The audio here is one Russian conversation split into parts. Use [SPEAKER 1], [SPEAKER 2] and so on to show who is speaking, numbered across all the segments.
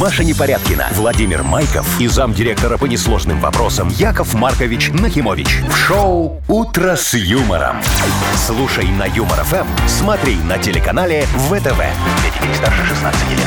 [SPEAKER 1] Маша Непорядкина, Владимир Майков и замдиректора по несложным вопросам Яков Маркович Нахимович. В шоу «Утро с юмором». Слушай на Юмор ФМ, смотри на телеканале ВТВ. Для детей старше 16 лет.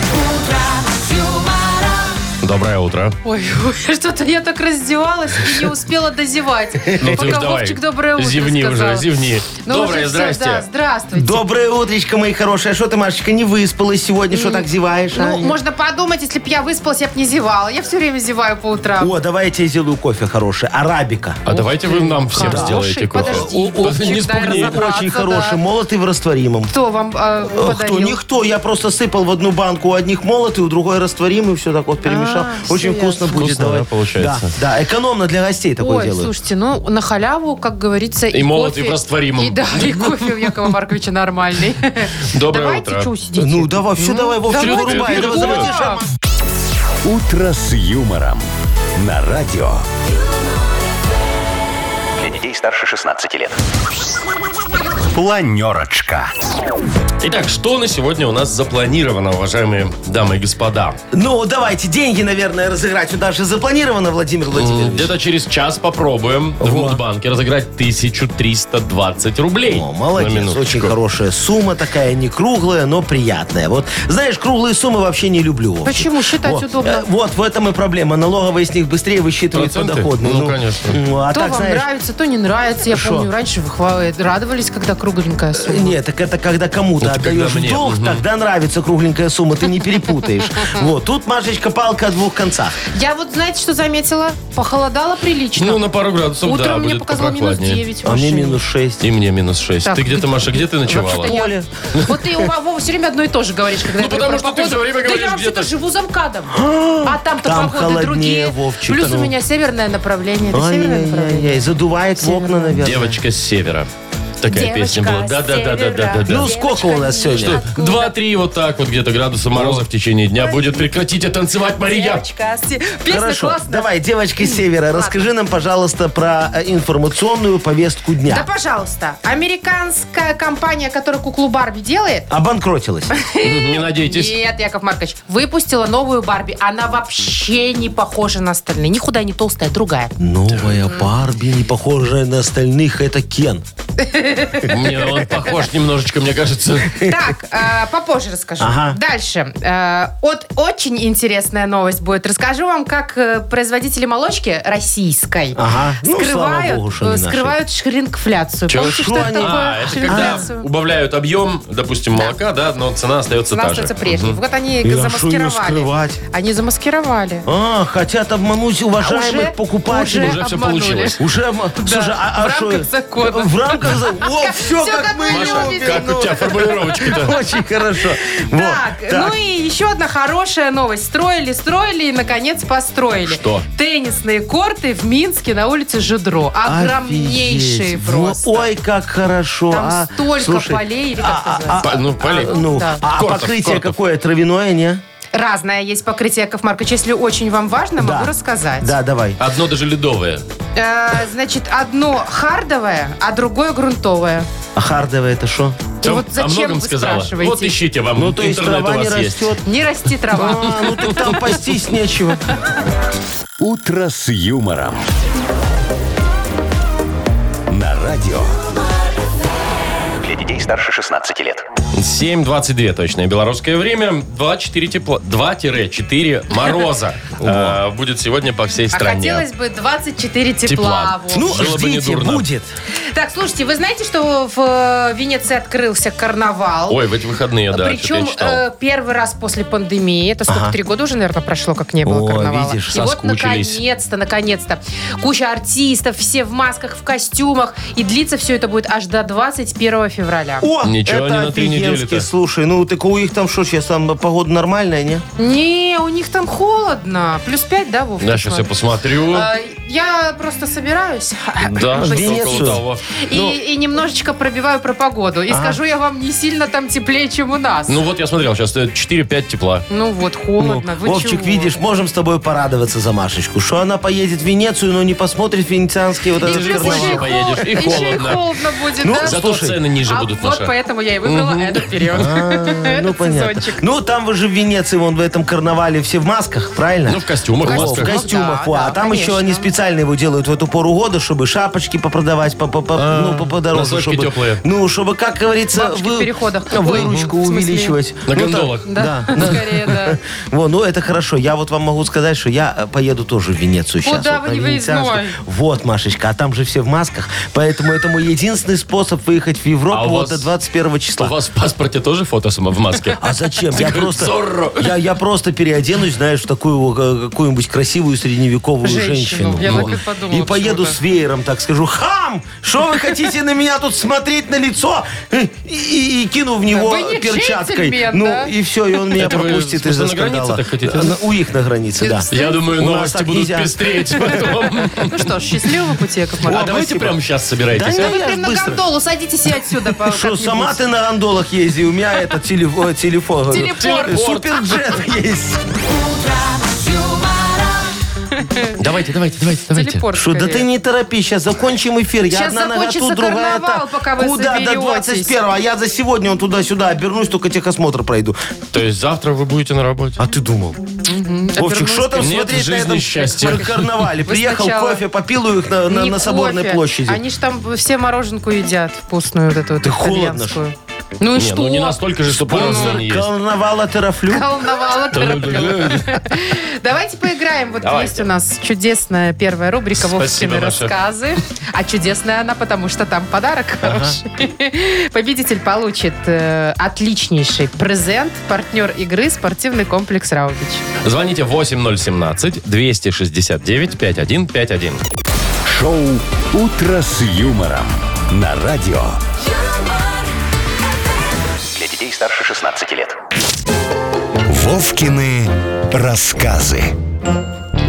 [SPEAKER 2] Доброе утро.
[SPEAKER 3] Ой, ой, что-то я так раздевалась и не успела дозевать.
[SPEAKER 2] Ну ты уж
[SPEAKER 3] Пока
[SPEAKER 2] давай.
[SPEAKER 3] Вовчик доброе утро
[SPEAKER 2] Зевни
[SPEAKER 3] сказал.
[SPEAKER 2] уже, зевни.
[SPEAKER 3] Ну,
[SPEAKER 2] Доброе,
[SPEAKER 3] уже всё,
[SPEAKER 2] здрасте.
[SPEAKER 3] да, здравствуйте.
[SPEAKER 4] Доброе утречко, мои хорошие. А что ты, Машечка, не выспалась сегодня? Что так зеваешь, а?
[SPEAKER 3] Ну, можно подумать, если бы я выспалась, я бы не зевала. Я все время зеваю по утрам.
[SPEAKER 4] О, давай я тебе сделаю кофе хороший. Арабика.
[SPEAKER 2] А давайте вы нам всем
[SPEAKER 3] хороший,
[SPEAKER 2] сделаете кофе.
[SPEAKER 3] подожди,
[SPEAKER 2] О, о,
[SPEAKER 3] Вовчик,
[SPEAKER 2] не
[SPEAKER 3] дай
[SPEAKER 2] спугни.
[SPEAKER 3] разобраться.
[SPEAKER 4] Очень
[SPEAKER 3] да.
[SPEAKER 4] хороший, молотый в растворимом.
[SPEAKER 3] Кто вам э,
[SPEAKER 4] Э,
[SPEAKER 3] подарил?
[SPEAKER 4] Кто? Никто. Я просто сыпал в одну банку у одних молотый, у другой растворимый, все так вот перемешал.
[SPEAKER 3] всё
[SPEAKER 4] Очень вкусно будет.
[SPEAKER 2] Вкусно,
[SPEAKER 4] давай.
[SPEAKER 2] да, получается?
[SPEAKER 4] Да, да, экономно для гостей такое
[SPEAKER 3] Ой,
[SPEAKER 4] делаю.
[SPEAKER 3] слушайте, ну, на халяву, как говорится, и,
[SPEAKER 2] И молот,
[SPEAKER 3] кофе,
[SPEAKER 2] и в растворимом.
[SPEAKER 3] И, да, и кофе у Якова Марковича нормальный.
[SPEAKER 2] Доброе
[SPEAKER 3] Давайте,
[SPEAKER 2] утро.
[SPEAKER 3] что вы сидите?
[SPEAKER 4] Ну, давай, все, давай, Вовчик,
[SPEAKER 2] давайте,
[SPEAKER 4] вырубай. Давай,
[SPEAKER 2] вперед.
[SPEAKER 4] заводи шар.
[SPEAKER 1] «Утро с юмором» на радио. Для детей старше 16 лет. Планерочка.
[SPEAKER 2] Итак, что на сегодня у нас запланировано, уважаемые дамы и господа?
[SPEAKER 4] Ну, давайте деньги, наверное, разыграть. Сюда же запланировано, Владимир
[SPEAKER 2] М,
[SPEAKER 4] Владимирович.
[SPEAKER 2] Где-то через час попробуем в Мудбанке разыграть 1320 рублей.
[SPEAKER 4] О,
[SPEAKER 2] На
[SPEAKER 4] молодец,
[SPEAKER 2] минуточку.
[SPEAKER 4] очень хорошая сумма такая, не круглая, но приятная. Вот, знаешь, круглые суммы вообще не люблю. Вовчик.
[SPEAKER 3] Почему? Считать
[SPEAKER 4] вот.
[SPEAKER 3] удобно.
[SPEAKER 4] э, Вот, в этом и проблема. Налоговая из них быстрее высчитывает
[SPEAKER 2] Проценты?
[SPEAKER 4] подоходную.
[SPEAKER 2] Ну, конечно.
[SPEAKER 4] ну, а
[SPEAKER 3] то
[SPEAKER 4] так,
[SPEAKER 3] вам
[SPEAKER 4] знаешь,
[SPEAKER 3] нравится, то не нравится. Я
[SPEAKER 4] Шо?
[SPEAKER 3] помню, раньше вы хва- э, радовались, когда кругленькая сумма.
[SPEAKER 4] Нет, так это когда кому-то
[SPEAKER 2] Это когда
[SPEAKER 4] отдаешь
[SPEAKER 2] Ну, мне.
[SPEAKER 4] в долг,
[SPEAKER 2] Мгм.
[SPEAKER 4] тогда нравится кругленькая сумма, ты не перепутаешь. Вот, тут, Машечка, палка о двух концах.
[SPEAKER 3] Я вот, знаете, что заметила? Похолодало прилично.
[SPEAKER 2] Ну, на пару градусов,
[SPEAKER 3] Утром
[SPEAKER 2] да,
[SPEAKER 3] мне
[SPEAKER 2] будет
[SPEAKER 3] показало минус
[SPEAKER 2] попрохладнее.
[SPEAKER 3] 9 в
[SPEAKER 4] А мне
[SPEAKER 3] машине.
[SPEAKER 4] минус шесть.
[SPEAKER 2] И мне минус 6.
[SPEAKER 3] Так,
[SPEAKER 2] ты где-то, Маша, где ты ночевала?
[SPEAKER 3] Вообще-то я-
[SPEAKER 4] Оля.
[SPEAKER 3] Вот ты, Вова, все время одно и то же говоришь. Когда
[SPEAKER 2] Ну,
[SPEAKER 3] я говорю
[SPEAKER 2] потому
[SPEAKER 3] про
[SPEAKER 2] что ты
[SPEAKER 3] погоду.
[SPEAKER 2] всё время
[SPEAKER 3] Да
[SPEAKER 2] говоришь
[SPEAKER 3] я
[SPEAKER 2] где-то.
[SPEAKER 3] вообще-то живу за МКАДом. А там-то
[SPEAKER 4] Там
[SPEAKER 3] погоды
[SPEAKER 4] холоднее,
[SPEAKER 3] другие.
[SPEAKER 4] Вовчик,
[SPEAKER 3] Плюс у
[SPEAKER 4] ну.
[SPEAKER 3] меня северное направление. Это северное направление.
[SPEAKER 4] Ай-яй-яй, задувает в окна, наверное.
[SPEAKER 2] Девочка с севера. Такая
[SPEAKER 3] Девочка
[SPEAKER 2] песня была.
[SPEAKER 3] с
[SPEAKER 2] Да-да-да-да-да-да.
[SPEAKER 3] севера.
[SPEAKER 4] Ну, сколько у нас
[SPEAKER 3] Девочка,
[SPEAKER 4] сегодня?
[SPEAKER 3] откуда?
[SPEAKER 2] Два-три вот так вот где-то градуса мороза в течение дня будет. Прекратите танцевать, Мария!
[SPEAKER 3] Девочка, с- песня
[SPEAKER 4] Хорошо,
[SPEAKER 3] классная.
[SPEAKER 4] давай, девочки с севера, расскажи нам, пожалуйста, про э, информационную повестку
[SPEAKER 3] Да,
[SPEAKER 4] дня.
[SPEAKER 3] пожалуйста. Американская компания, которая куклу Барби делает,
[SPEAKER 4] Обанкротилась.
[SPEAKER 2] Не надейтесь.
[SPEAKER 3] Нет, Яков Маркович, выпустила новую Барби. Она вообще не похожа на остальные. Ни худая, ни толстая, другая.
[SPEAKER 4] Новая Барби, не похожая на остальных, это Кен.
[SPEAKER 2] Мне он похож немножечко, мне кажется.
[SPEAKER 3] Так, э, попозже расскажу.
[SPEAKER 4] Ага.
[SPEAKER 3] Дальше. Э, от очень интересная новость будет. Расскажу вам, как э, производители молочки российской
[SPEAKER 4] Ага. Ну, слава
[SPEAKER 3] скрывают,
[SPEAKER 4] богу, что не
[SPEAKER 3] э,
[SPEAKER 4] наши.
[SPEAKER 3] скрывают шрингфляцию.
[SPEAKER 2] Чё?
[SPEAKER 3] Помните,
[SPEAKER 4] Что
[SPEAKER 3] что это
[SPEAKER 4] они?
[SPEAKER 3] такое?
[SPEAKER 2] А, это когда
[SPEAKER 3] Шрингфляцию.
[SPEAKER 2] убавляют объем, допустим, молока, да, но цена остается
[SPEAKER 3] Цена
[SPEAKER 2] та же.
[SPEAKER 3] остается прежней. Вот они
[SPEAKER 4] И на шо её
[SPEAKER 3] замаскировали.
[SPEAKER 4] скрывать?
[SPEAKER 3] Они замаскировали.
[SPEAKER 4] А, хотят обмануть
[SPEAKER 3] А
[SPEAKER 4] уважаемых покупателей.
[SPEAKER 2] Уже всё
[SPEAKER 3] обманули.
[SPEAKER 2] получилось.
[SPEAKER 4] Уже, обма- слушай, а, а
[SPEAKER 3] в
[SPEAKER 4] шо-
[SPEAKER 3] рамках закона.
[SPEAKER 4] В рамках закона. О, все,
[SPEAKER 3] Всё,
[SPEAKER 4] как
[SPEAKER 3] как
[SPEAKER 4] мы
[SPEAKER 3] мы
[SPEAKER 2] Маша,
[SPEAKER 4] любим.
[SPEAKER 2] как
[SPEAKER 4] ну.
[SPEAKER 2] у тебя формулировочки-то?
[SPEAKER 4] Очень хорошо. Вот,
[SPEAKER 3] Так,
[SPEAKER 4] так.
[SPEAKER 3] ну и еще одна хорошая новость. Строили, строили и, наконец, построили.
[SPEAKER 2] Что?
[SPEAKER 3] Теннисные корты в Минске на улице Жедро. Огромнейшие
[SPEAKER 4] Офигеть.
[SPEAKER 3] просто.
[SPEAKER 4] Во- Ой, как хорошо.
[SPEAKER 3] Там
[SPEAKER 4] а.
[SPEAKER 3] столько
[SPEAKER 4] Слушай, а,
[SPEAKER 3] полей, или как это называется?
[SPEAKER 2] Па- Ну, полей.
[SPEAKER 3] а,
[SPEAKER 4] Ну,
[SPEAKER 3] Да.
[SPEAKER 4] а
[SPEAKER 2] Кортов,
[SPEAKER 4] покрытие
[SPEAKER 2] кортов.
[SPEAKER 4] какое? Травяное, не?
[SPEAKER 3] Разное есть покрытие, Яков Маркович. Если очень вам важно,
[SPEAKER 4] Да.
[SPEAKER 3] могу рассказать.
[SPEAKER 4] Да, давай.
[SPEAKER 2] Одно даже ледовое.
[SPEAKER 3] Э, значит, одно хардовое, а другое грунтовое.
[SPEAKER 4] А хардовое это что?
[SPEAKER 3] И вот
[SPEAKER 2] о
[SPEAKER 3] зачем
[SPEAKER 2] а многом
[SPEAKER 3] вы
[SPEAKER 2] сказала.
[SPEAKER 3] спрашиваете?
[SPEAKER 2] Вот ищите вам.
[SPEAKER 4] Ну, то есть
[SPEAKER 2] Интернет
[SPEAKER 4] трава
[SPEAKER 2] у
[SPEAKER 4] не
[SPEAKER 2] вас есть.
[SPEAKER 4] растет.
[SPEAKER 3] Не расти трава.
[SPEAKER 4] А, ну тут там пастись нечего.
[SPEAKER 1] «Утро с юмором». На радио. Для детей старше 16 лет.
[SPEAKER 2] 7.22 точное белорусское время. 2-4 тепло. 2-4 мороза э, будет сегодня по всей
[SPEAKER 3] А хотелось
[SPEAKER 2] стране.
[SPEAKER 3] бы 24 тепла.
[SPEAKER 2] Тепла.
[SPEAKER 3] вот.
[SPEAKER 4] Ну,
[SPEAKER 2] Было бы не
[SPEAKER 4] ждите,
[SPEAKER 2] дурно.
[SPEAKER 4] будет.
[SPEAKER 3] Так, слушайте, вы знаете, что в э, Венеции открылся карнавал?
[SPEAKER 2] Ой, в эти выходные, да, что-то я
[SPEAKER 3] Причем
[SPEAKER 2] читал.
[SPEAKER 3] э, первый раз после пандемии. Это сколько, три года уже, наверное, прошло, как не было
[SPEAKER 4] О,
[SPEAKER 3] карнавала.
[SPEAKER 4] видишь,
[SPEAKER 3] и вот,
[SPEAKER 2] соскучились.
[SPEAKER 3] наконец-то, наконец-то. Куча артистов, все в масках, в костюмах. И длится все это будет аж до 21 февраля.
[SPEAKER 4] О,
[SPEAKER 2] Ничего
[SPEAKER 4] это
[SPEAKER 2] они на три
[SPEAKER 4] офигенски,
[SPEAKER 2] недели-то.
[SPEAKER 4] Слушай, ну так у них там что сейчас, там погода нормальная, не?
[SPEAKER 3] Не, у них там холодно. Плюс 5, да, Вов?
[SPEAKER 2] Да, сейчас я посмотрю.
[SPEAKER 3] А, я просто собираюсь.
[SPEAKER 2] Да,
[SPEAKER 4] В
[SPEAKER 2] что-то
[SPEAKER 4] Венецию.
[SPEAKER 2] около того. Ну,
[SPEAKER 3] И, и немножечко пробиваю про погоду. И скажу я вам, не сильно там теплее, чем у нас.
[SPEAKER 2] Ну
[SPEAKER 3] Ну,
[SPEAKER 2] вот я смотрел, сейчас 4-5 тепла.
[SPEAKER 3] вот,
[SPEAKER 4] Ну,
[SPEAKER 3] холодно. вы
[SPEAKER 4] Вовчик,
[SPEAKER 3] чего?
[SPEAKER 4] видишь, можем с тобой порадоваться за Машечку, что она поедет в Венецию, но не посмотрит венецианские вот
[SPEAKER 3] И
[SPEAKER 4] этот
[SPEAKER 3] плюс еще и,
[SPEAKER 4] карнавал.
[SPEAKER 2] карнавал.
[SPEAKER 3] холод-
[SPEAKER 2] Поедешь, и
[SPEAKER 3] еще и
[SPEAKER 2] холодно.
[SPEAKER 3] холодно будет,
[SPEAKER 4] Ну,
[SPEAKER 3] да?
[SPEAKER 2] Зато
[SPEAKER 4] слушай,
[SPEAKER 2] цены ниже
[SPEAKER 3] а
[SPEAKER 2] будут
[SPEAKER 3] вот
[SPEAKER 2] наши.
[SPEAKER 3] поэтому я и выбрала этот период.
[SPEAKER 4] А, Ну,
[SPEAKER 3] Этот
[SPEAKER 4] понятно.
[SPEAKER 3] сезончик.
[SPEAKER 4] Ну, там вы же в Венеции, вон в этом карнавале все в масках, правильно?
[SPEAKER 2] Ну, в костюмах,
[SPEAKER 4] Во,
[SPEAKER 2] в
[SPEAKER 4] в
[SPEAKER 2] масках.
[SPEAKER 4] костюмах,
[SPEAKER 3] Ну,
[SPEAKER 4] во.
[SPEAKER 3] да,
[SPEAKER 4] а
[SPEAKER 3] да,
[SPEAKER 4] там еще
[SPEAKER 3] конечно.
[SPEAKER 4] они специально его делают в эту пору года, чтобы шапочки попродавать по, по, по-
[SPEAKER 2] А,
[SPEAKER 4] ну, по подороже.
[SPEAKER 2] носочки
[SPEAKER 4] чтобы,
[SPEAKER 2] теплые.
[SPEAKER 4] Ну, чтобы, как говорится,
[SPEAKER 3] Бабушки в переходах.
[SPEAKER 4] выручку
[SPEAKER 3] Ой, в смысле?
[SPEAKER 4] увеличивать.
[SPEAKER 2] На
[SPEAKER 4] Ну,
[SPEAKER 2] гондолах.
[SPEAKER 4] так, Да.
[SPEAKER 3] Ну, скорее, да.
[SPEAKER 4] Во, ну это хорошо. Я вот вам могу сказать, что я э, поеду тоже в Венецию сейчас.
[SPEAKER 3] Куда
[SPEAKER 4] вот,
[SPEAKER 3] вы
[SPEAKER 4] на
[SPEAKER 3] не
[SPEAKER 4] Венецианскую.
[SPEAKER 3] выездной?
[SPEAKER 4] Вот, Машечка, а там же все в масках. Поэтому это мой единственный способ выехать в Европу
[SPEAKER 2] А у вас-
[SPEAKER 4] вот до 21
[SPEAKER 2] У
[SPEAKER 4] числа.
[SPEAKER 2] вас в паспорте тоже фото само в маске?
[SPEAKER 4] А зачем? Я
[SPEAKER 2] говорит,
[SPEAKER 4] просто,
[SPEAKER 2] «Зорро».
[SPEAKER 4] я, я просто переоденусь, знаешь, в такую э, какую-нибудь красивую средневековую
[SPEAKER 3] Женщину.
[SPEAKER 4] женщину.
[SPEAKER 3] Я
[SPEAKER 4] Ну,
[SPEAKER 3] так и подумала
[SPEAKER 4] и поеду
[SPEAKER 3] почему-то.
[SPEAKER 4] с веером, так скажу, хам! Что вы хотите на меня тут смотреть на лицо? Э, И, и- и кину в него
[SPEAKER 3] Вы не
[SPEAKER 4] перчаткой.
[SPEAKER 3] джентльмен,
[SPEAKER 4] ну,
[SPEAKER 3] да?
[SPEAKER 4] и все, и он меня
[SPEAKER 2] Это вы,
[SPEAKER 4] пропустит
[SPEAKER 2] собственно,
[SPEAKER 4] из-за
[SPEAKER 2] на границе
[SPEAKER 4] скандала.
[SPEAKER 2] так хотите?
[SPEAKER 4] Э, на- У их на границе, да.
[SPEAKER 2] Я думаю,
[SPEAKER 4] У нас
[SPEAKER 2] новости
[SPEAKER 4] так
[SPEAKER 2] будут
[SPEAKER 4] нельзя.
[SPEAKER 2] пестреть потом.
[SPEAKER 3] Ну что ж, счастливого пути, Яков
[SPEAKER 2] А
[SPEAKER 3] Маркович.
[SPEAKER 2] давайте прямо сейчас собирайтесь.
[SPEAKER 4] Да
[SPEAKER 2] а?
[SPEAKER 3] Да вы
[SPEAKER 4] я
[SPEAKER 3] прям
[SPEAKER 4] ж
[SPEAKER 3] на
[SPEAKER 4] быстро.
[SPEAKER 3] гондолу садитесь и отсюда. по-
[SPEAKER 4] Что,
[SPEAKER 3] как-нибудь.
[SPEAKER 4] сама ты на гондолах езди, у меня это телефон. э, Телефон.
[SPEAKER 3] Телепорт.
[SPEAKER 4] Суперджет есть.
[SPEAKER 2] Давайте, давайте, давайте, давайте.
[SPEAKER 3] Телепорт
[SPEAKER 4] Что, да
[SPEAKER 3] скорее.
[SPEAKER 4] ты не торопи, сейчас закончим эфир. Я
[SPEAKER 3] Щас
[SPEAKER 4] одна нога
[SPEAKER 3] закончится
[SPEAKER 4] тут, другая
[SPEAKER 3] карнавал,
[SPEAKER 4] там.
[SPEAKER 3] пока вы
[SPEAKER 4] Куда до
[SPEAKER 3] соберетесь.
[SPEAKER 4] 21-го? А я за сегодня он туда-сюда обернусь, только техосмотр пройду.
[SPEAKER 2] То есть завтра вы будете на работе?
[SPEAKER 4] А ты думал? Вовчик,
[SPEAKER 3] Обернусь.
[SPEAKER 4] что там
[SPEAKER 2] Нет в
[SPEAKER 4] смотреть на
[SPEAKER 2] жизни
[SPEAKER 4] этом
[SPEAKER 2] счастья.
[SPEAKER 4] кар- карнавале?
[SPEAKER 3] Вы
[SPEAKER 4] Приехал,
[SPEAKER 3] сначала-
[SPEAKER 4] кофе попил у их на, на-
[SPEAKER 3] Не
[SPEAKER 4] на Соборной
[SPEAKER 3] кофе.
[SPEAKER 4] площади.
[SPEAKER 3] Они же там все мороженку едят вкусную, вот эту вот
[SPEAKER 4] Да холодно
[SPEAKER 3] итальянскую. Ну и
[SPEAKER 2] Не,
[SPEAKER 3] что?
[SPEAKER 2] ну не настолько же, что
[SPEAKER 4] Спонсор
[SPEAKER 2] полный есть.
[SPEAKER 4] карнавала Терафлю.
[SPEAKER 3] Волновало, тороплю. Давайте поиграем. Вот
[SPEAKER 2] Давайте.
[SPEAKER 3] есть у нас чудесная первая рубрика
[SPEAKER 2] Спасибо,
[SPEAKER 3] «Вовкины
[SPEAKER 2] Маша.
[SPEAKER 3] рассказы». А чудесная она, потому что там подарок хороший. Победитель получит э, отличнейший презент, партнер игры «Спортивный комплекс Раубич».
[SPEAKER 2] Звоните 8017-269-5151.
[SPEAKER 1] Шоу «Утро с юмором» на радио.
[SPEAKER 5] Для детей старше 16 лет.
[SPEAKER 1] Вовкины рассказы.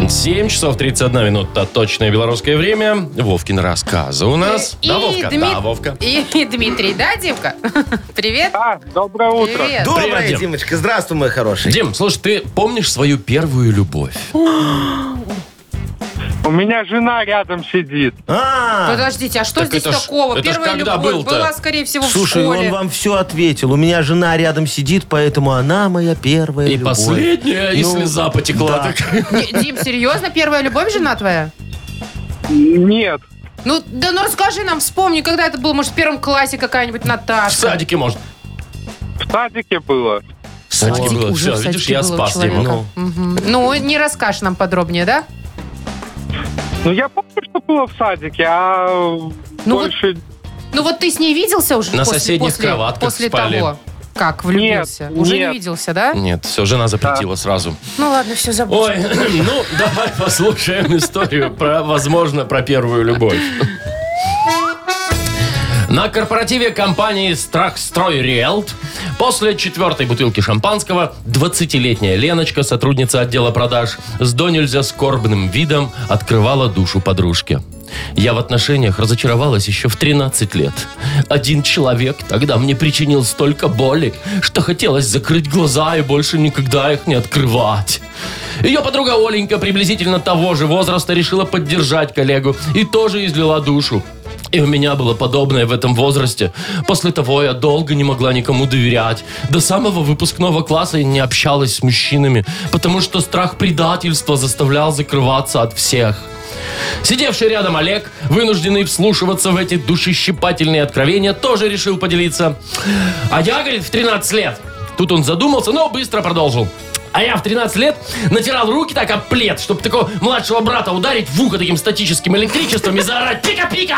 [SPEAKER 2] 7 часов 31 минута. Точное белорусское время. Вовкин рассказы у нас.
[SPEAKER 3] Э, И
[SPEAKER 2] да, Вовка?
[SPEAKER 3] Дмит-
[SPEAKER 2] Да, Вовка.
[SPEAKER 3] И и Дмитрий, да, Димка? Привет.
[SPEAKER 6] А, доброе утро.
[SPEAKER 3] Привет.
[SPEAKER 4] Доброе,
[SPEAKER 2] Привет, Дим.
[SPEAKER 4] Димочка. Здравствуй, мой хороший.
[SPEAKER 2] Дим, слушай, ты помнишь свою первую любовь?
[SPEAKER 6] У меня жена рядом сидит.
[SPEAKER 4] А,
[SPEAKER 3] Подождите, а что
[SPEAKER 2] Так
[SPEAKER 3] здесь
[SPEAKER 2] это ж-
[SPEAKER 3] такого?
[SPEAKER 2] это ж
[SPEAKER 3] Первая
[SPEAKER 2] когда
[SPEAKER 3] любовь
[SPEAKER 2] был-то?
[SPEAKER 3] была, скорее всего,
[SPEAKER 4] слушай,
[SPEAKER 3] в школе.
[SPEAKER 4] он вам все ответил. У меня жена рядом сидит, поэтому она моя первая
[SPEAKER 2] И
[SPEAKER 4] любовь.
[SPEAKER 2] последняя, и
[SPEAKER 4] Ну,
[SPEAKER 2] слеза потекла.
[SPEAKER 4] да.
[SPEAKER 2] так.
[SPEAKER 3] Не, Дим, серьезно? Первая любовь жена твоя?
[SPEAKER 6] Нет.
[SPEAKER 3] Ну, да ну расскажи нам, вспомни, когда это было, может, в первом классе какая-нибудь
[SPEAKER 2] В
[SPEAKER 3] Наташа.
[SPEAKER 2] садике, может.
[SPEAKER 6] В садике было.
[SPEAKER 2] В садике
[SPEAKER 3] Садик,
[SPEAKER 2] было.
[SPEAKER 3] уже
[SPEAKER 2] Всё,
[SPEAKER 3] в
[SPEAKER 2] видишь,
[SPEAKER 3] садике
[SPEAKER 2] я
[SPEAKER 3] было у
[SPEAKER 2] спас
[SPEAKER 3] человека.
[SPEAKER 2] Дима.
[SPEAKER 4] Ну.
[SPEAKER 3] Мгм. Ну, не расскажешь нам подробнее, да?
[SPEAKER 6] Ну, я помню, что было в садике, а
[SPEAKER 3] Ну,
[SPEAKER 6] больше...
[SPEAKER 3] Ну вот ты с ней виделся уже
[SPEAKER 2] На
[SPEAKER 3] после,
[SPEAKER 2] соседних
[SPEAKER 3] после-
[SPEAKER 2] кроватках
[SPEAKER 3] после
[SPEAKER 2] спали.
[SPEAKER 3] того, как влюбился?
[SPEAKER 6] Нет,
[SPEAKER 3] уже не
[SPEAKER 6] нет.
[SPEAKER 3] виделся, да?
[SPEAKER 2] Ну, Нет, все, жена запретила сразу.
[SPEAKER 3] Ну ладно, все, забудь.
[SPEAKER 2] Ой, ну давай послушаем историю про, возможно, про первую любовь. На корпоративе компании «Страхстрой Риэлт» после четвертой бутылки шампанского 20-летняя Леночка, сотрудница отдела продаж, с до нельзя скорбным видом открывала душу подружке. Я в отношениях разочаровалась еще в 13 лет. Один человек тогда мне причинил столько боли, что хотелось закрыть глаза и больше никогда их не открывать. Ее подруга Оленька приблизительно того же возраста решила поддержать коллегу и тоже излила душу. И у меня было подобное в этом возрасте. После того я долго не могла никому доверять. До самого выпускного класса я не общалась с мужчинами, потому что страх предательства заставлял закрываться от всех. Сидевший рядом Олег, вынужденный вслушиваться в эти душещипательные откровения, тоже решил поделиться. А я, говорит, в 13 лет. Тут он задумался, но быстро продолжил. А я в 13 лет натирал руки так об плед, чтобы такого младшего брата ударить в ухо таким статическим электричеством и заорать «Пика-пика!»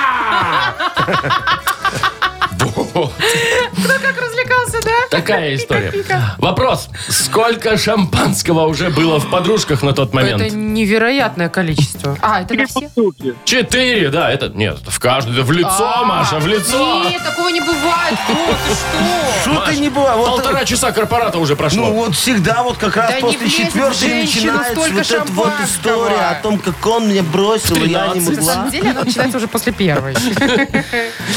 [SPEAKER 3] Как развлекался, да?
[SPEAKER 2] Такая история. Вопрос. Сколько шампанского уже было в подружках на тот
[SPEAKER 3] Это
[SPEAKER 2] момент?
[SPEAKER 3] невероятное количество. А, это на
[SPEAKER 6] Три
[SPEAKER 3] всех?
[SPEAKER 6] бутылки.
[SPEAKER 2] Четыре, да, это... Нет, в каждую... да В лицо,
[SPEAKER 3] А,
[SPEAKER 2] Маша, в лицо!
[SPEAKER 3] Нет, такого не бывает. Вот ты что?
[SPEAKER 4] Что ты не бывает? Вот,
[SPEAKER 2] Полтора часа корпората уже прошло.
[SPEAKER 4] Ну вот всегда вот как раз
[SPEAKER 3] Да не
[SPEAKER 4] после
[SPEAKER 3] влезет в
[SPEAKER 4] четвертой
[SPEAKER 3] женщину
[SPEAKER 4] начинается
[SPEAKER 3] столько
[SPEAKER 4] вот эта вот
[SPEAKER 3] шампанского.
[SPEAKER 4] история о том, как он меня бросил, и я не
[SPEAKER 2] 13.
[SPEAKER 3] На
[SPEAKER 4] могла.
[SPEAKER 3] самом деле оно начинается уже после первой.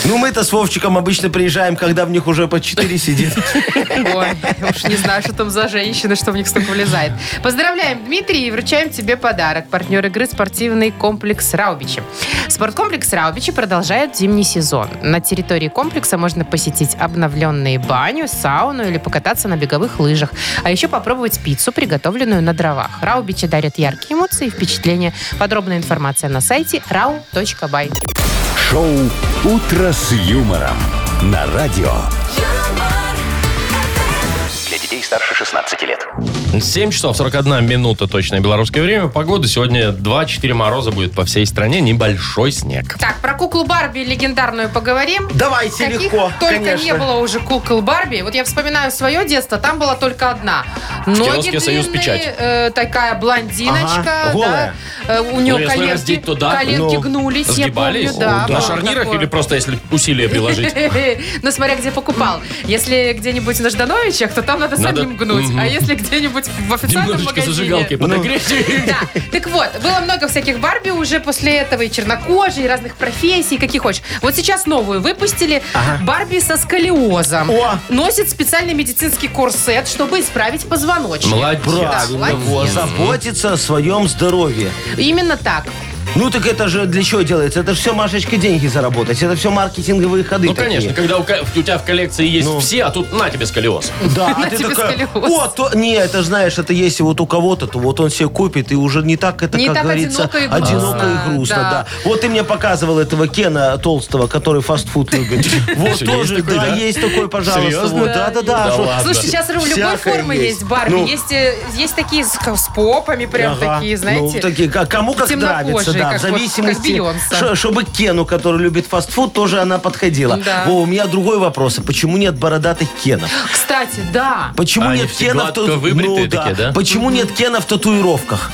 [SPEAKER 4] Ну мы-то с Вовчиком обычно приезжаем, когда в них уже по четыре сидит.
[SPEAKER 3] Ой, уж не знаю, что там за женщины, что в них столько влезает. Поздравляем, Дмитрий, и вручаем тебе подарок. Партнер игры «Спортивный комплекс Раубичи». Спорткомплекс Раубичи продолжает зимний сезон. На территории комплекса можно посетить обновленные баню, сауну или покататься на беговых лыжах. А еще попробовать пиццу, приготовленную на дровах. Раубичи дарят яркие эмоции и впечатления. Подробная информация на сайте rau.by.
[SPEAKER 1] Шоу «Утро с юмором» на радио.
[SPEAKER 5] Для детей старше 16 лет.
[SPEAKER 2] 7 часов 41 минута точное белорусское время. Погода сегодня 2-4 мороза будет по всей стране. Небольшой снег.
[SPEAKER 3] Так, про куклу Барби легендарную поговорим.
[SPEAKER 4] Давайте
[SPEAKER 3] Каких
[SPEAKER 4] легко,
[SPEAKER 3] только
[SPEAKER 4] конечно.
[SPEAKER 3] не было уже кукол Барби. Вот я вспоминаю свое детство, там была только одна.
[SPEAKER 2] киоске «Союз
[SPEAKER 3] длинные,
[SPEAKER 2] Печать».
[SPEAKER 3] э, такая блондиночка.
[SPEAKER 4] Ага, голая.
[SPEAKER 3] да. Э, у нее
[SPEAKER 2] Ну, если
[SPEAKER 3] коленки,
[SPEAKER 2] раздеть, то да.
[SPEAKER 3] коленки
[SPEAKER 4] Ну,
[SPEAKER 3] гнулись,
[SPEAKER 2] Сгибались?
[SPEAKER 3] я помню. Да,
[SPEAKER 2] О, На
[SPEAKER 3] было
[SPEAKER 2] шарнирах
[SPEAKER 3] такое.
[SPEAKER 2] или просто если усилия приложить?
[SPEAKER 3] Ну, смотря где покупал. Если где-нибудь на Ждановичах, то там надо,
[SPEAKER 2] Надо-
[SPEAKER 3] самим гнуть.
[SPEAKER 2] Мгм.
[SPEAKER 3] А если где-нибудь в официальном
[SPEAKER 2] Немножечко
[SPEAKER 3] магазине...
[SPEAKER 2] зажигалки подогреть.
[SPEAKER 3] Да. Так вот, было много всяких Барби уже после этого, и чернокожие, и разных профессий, каких хочешь. Вот сейчас новую выпустили. Барби со сколиозом.
[SPEAKER 4] О!
[SPEAKER 3] Носит специальный медицинский корсет, чтобы исправить позвоночник.
[SPEAKER 2] Молодец.
[SPEAKER 3] Да,
[SPEAKER 4] Правильно,
[SPEAKER 3] молодец.
[SPEAKER 4] вот, заботиться о своем здоровье.
[SPEAKER 3] Именно так.
[SPEAKER 4] Ну так это же для чего делается? Это же все, Машечка, деньги заработать. Это все маркетинговые ходы
[SPEAKER 2] Ну,
[SPEAKER 4] такие.
[SPEAKER 2] конечно, когда у ка- у тебя в коллекции есть все, а тут на тебе сколиоз.
[SPEAKER 4] Да,
[SPEAKER 3] На
[SPEAKER 4] а ты
[SPEAKER 3] тебе
[SPEAKER 4] такая,
[SPEAKER 3] сколиоз.
[SPEAKER 4] о, то, не, это ж, знаешь, это если вот у кого-то, то вот он себе купит, и уже не так это,
[SPEAKER 3] Не
[SPEAKER 4] как
[SPEAKER 3] так
[SPEAKER 4] говорится,
[SPEAKER 3] одиноко и грустно.
[SPEAKER 4] одиноко и грустно,
[SPEAKER 3] Да.
[SPEAKER 4] да. Вот ты мне показывал этого Кена Толстого, который фастфуд любит. Вот
[SPEAKER 2] Есть
[SPEAKER 4] тоже,
[SPEAKER 2] такой, да?
[SPEAKER 4] да, есть такой, пожалуйста.
[SPEAKER 2] Серьезно?
[SPEAKER 4] Вот, Да, да,
[SPEAKER 2] Да
[SPEAKER 4] да. что-
[SPEAKER 2] ладно.
[SPEAKER 3] Слушай, сейчас любой
[SPEAKER 4] Всякое
[SPEAKER 3] формы есть,
[SPEAKER 4] есть.
[SPEAKER 3] Барби.
[SPEAKER 4] Ну.
[SPEAKER 3] Есть, э, есть такие с, с попами, прям
[SPEAKER 4] Ага.
[SPEAKER 3] такие, знаете.
[SPEAKER 4] Ну, такие, как- кому как
[SPEAKER 3] темнокожие,
[SPEAKER 4] нравится,
[SPEAKER 3] как
[SPEAKER 4] да, в
[SPEAKER 3] вот- как
[SPEAKER 4] зависимости,
[SPEAKER 3] Бейонсе.
[SPEAKER 4] ш- чтобы Кену, который любит фастфуд, тоже она подходила.
[SPEAKER 3] Да.
[SPEAKER 4] Во, у меня другой вопрос, а почему нет бородатых Кенов?
[SPEAKER 3] Кстати, да.
[SPEAKER 4] Почему
[SPEAKER 2] А, они
[SPEAKER 4] нет
[SPEAKER 2] все
[SPEAKER 4] кена в
[SPEAKER 2] гладко
[SPEAKER 4] тату-
[SPEAKER 2] выбритые
[SPEAKER 4] Ну да.
[SPEAKER 2] такие, да?
[SPEAKER 4] Почему нет кена в татуировках?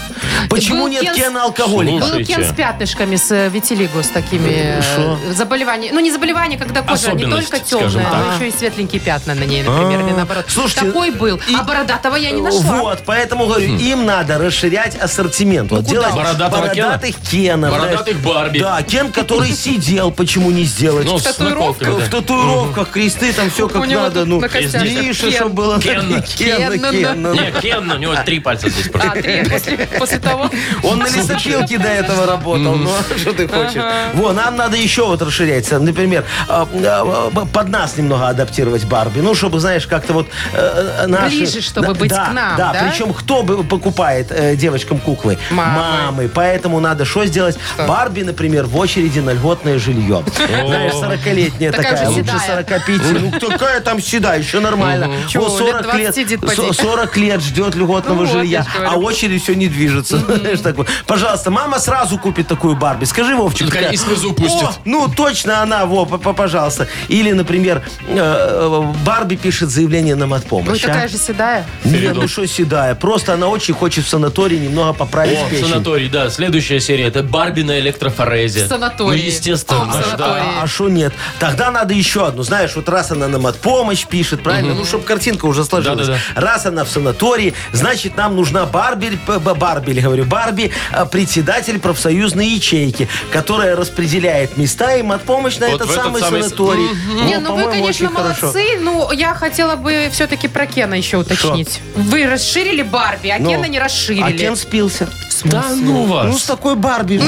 [SPEAKER 4] Почему
[SPEAKER 3] Был
[SPEAKER 4] нет
[SPEAKER 3] Кен с-
[SPEAKER 4] кена алкоголика?
[SPEAKER 3] Был
[SPEAKER 2] Слушайте.
[SPEAKER 3] Кен Ну, с пятнышками, с э, витилиго, с такими
[SPEAKER 4] Э, Шо?
[SPEAKER 3] заболеваниями. Ну, не заболевания, когда кожа не
[SPEAKER 2] Особенность,
[SPEAKER 3] только
[SPEAKER 2] скажем
[SPEAKER 3] темная,
[SPEAKER 2] так.
[SPEAKER 3] но еще и светленькие пятна на ней, например, или наоборот.
[SPEAKER 4] А, Слушайте,
[SPEAKER 3] Такой был, а бородатого я не нашла.
[SPEAKER 4] Вот, поэтому говорю, им надо расширять ассортимент.
[SPEAKER 3] Ну
[SPEAKER 4] Вот делать
[SPEAKER 2] Хм. Бородатого
[SPEAKER 4] бородатых кенов.
[SPEAKER 2] Бородатых
[SPEAKER 4] знаешь.
[SPEAKER 2] Барби.
[SPEAKER 4] Да, кен, который сидел, почему не сделать?
[SPEAKER 2] Ну, с
[SPEAKER 3] татуировках?
[SPEAKER 2] наколками,
[SPEAKER 4] В
[SPEAKER 2] да.
[SPEAKER 4] татуировках, кресты, там все
[SPEAKER 3] У
[SPEAKER 4] как
[SPEAKER 3] него
[SPEAKER 4] надо.
[SPEAKER 3] тут
[SPEAKER 4] Ну,
[SPEAKER 3] на костях
[SPEAKER 4] Миша,
[SPEAKER 3] Кен.
[SPEAKER 4] чтобы было
[SPEAKER 2] Кенна.
[SPEAKER 3] Кенна,
[SPEAKER 4] Кенна,
[SPEAKER 3] да.
[SPEAKER 4] Кенна. ну.
[SPEAKER 2] Не, Кен, у него три пальца здесь просто.
[SPEAKER 3] А, три, после, после того.
[SPEAKER 4] Он на лесопилке до этого работал. Ну, а что ты хочешь? Во, нам надо еще вот расширяться. Например, а, а, а, под нас немного адаптировать Барби. Ну, чтобы, знаешь, как-то вот э, наши...
[SPEAKER 3] Ближе, чтобы
[SPEAKER 4] Да,
[SPEAKER 3] быть
[SPEAKER 4] да,
[SPEAKER 3] к нам, да?
[SPEAKER 4] Да, причем кто бы покупает э, девочкам куклы?
[SPEAKER 3] Мамы.
[SPEAKER 4] Поэтому надо что сделать? Барби, например, в очереди на льготное жилье. Знаешь, 40-летняя
[SPEAKER 3] Такая
[SPEAKER 4] такая,
[SPEAKER 3] же
[SPEAKER 4] лучше
[SPEAKER 3] седая.
[SPEAKER 4] 45. Ну, такая там седая, еще нормально.
[SPEAKER 3] Чего,
[SPEAKER 4] Вот
[SPEAKER 3] лет
[SPEAKER 4] 40 лет,
[SPEAKER 3] 20 дед поди.
[SPEAKER 4] 40 лет ждет
[SPEAKER 3] Ну
[SPEAKER 4] льготного
[SPEAKER 3] вот, я
[SPEAKER 4] жилья,
[SPEAKER 3] ж
[SPEAKER 4] а
[SPEAKER 3] говорю.
[SPEAKER 4] очередь все не движется. Знаешь, такое. Пожалуйста, мама сразу купит такую Барби. Скажи, Вовчик.
[SPEAKER 2] Только
[SPEAKER 4] такая,
[SPEAKER 2] и слезу пустит.
[SPEAKER 4] «О, ну, точно она, во, п- п- пожалуйста. Или, например, э, э, Барби пишет заявление на
[SPEAKER 3] Вы
[SPEAKER 4] матпомощь. а?
[SPEAKER 3] такая же седая.
[SPEAKER 4] Нет, ну что седая. Просто она очень хочет в санатории немного поправить
[SPEAKER 2] О,
[SPEAKER 4] печень.
[SPEAKER 2] санаторий, да. Следующая серия. Это Барби на электрофорезе.
[SPEAKER 3] В санатории.
[SPEAKER 2] Ну, естественно.
[SPEAKER 3] В санатории.
[SPEAKER 2] да.
[SPEAKER 4] А что нет? Тогда надо еще одну. Знаешь, вот раз она нам от помощь пишет, правильно? Ну, чтобы картинка уже сложилась.
[SPEAKER 2] Да-да-да.
[SPEAKER 4] Раз она в санатории, значит, нам нужна Барби, п- б- Барби, говорю, Барби, а, председатель профсоюзной ячейки, которая распределяет места им от помощь на
[SPEAKER 2] Вот в
[SPEAKER 4] этот
[SPEAKER 2] этот
[SPEAKER 4] самый
[SPEAKER 2] самый с-
[SPEAKER 4] санаторий. Во,
[SPEAKER 3] Не, ну вы,
[SPEAKER 4] по-моему,
[SPEAKER 3] конечно,
[SPEAKER 4] очень хорошо.
[SPEAKER 3] молодцы, но я хотела бы все-таки про Кена еще уточнить. Вы расширили Барби, а
[SPEAKER 4] Ну,
[SPEAKER 3] Кена не расширили.
[SPEAKER 4] А Кен спился.
[SPEAKER 2] Да ну вас.
[SPEAKER 4] Ну, с такой Барби.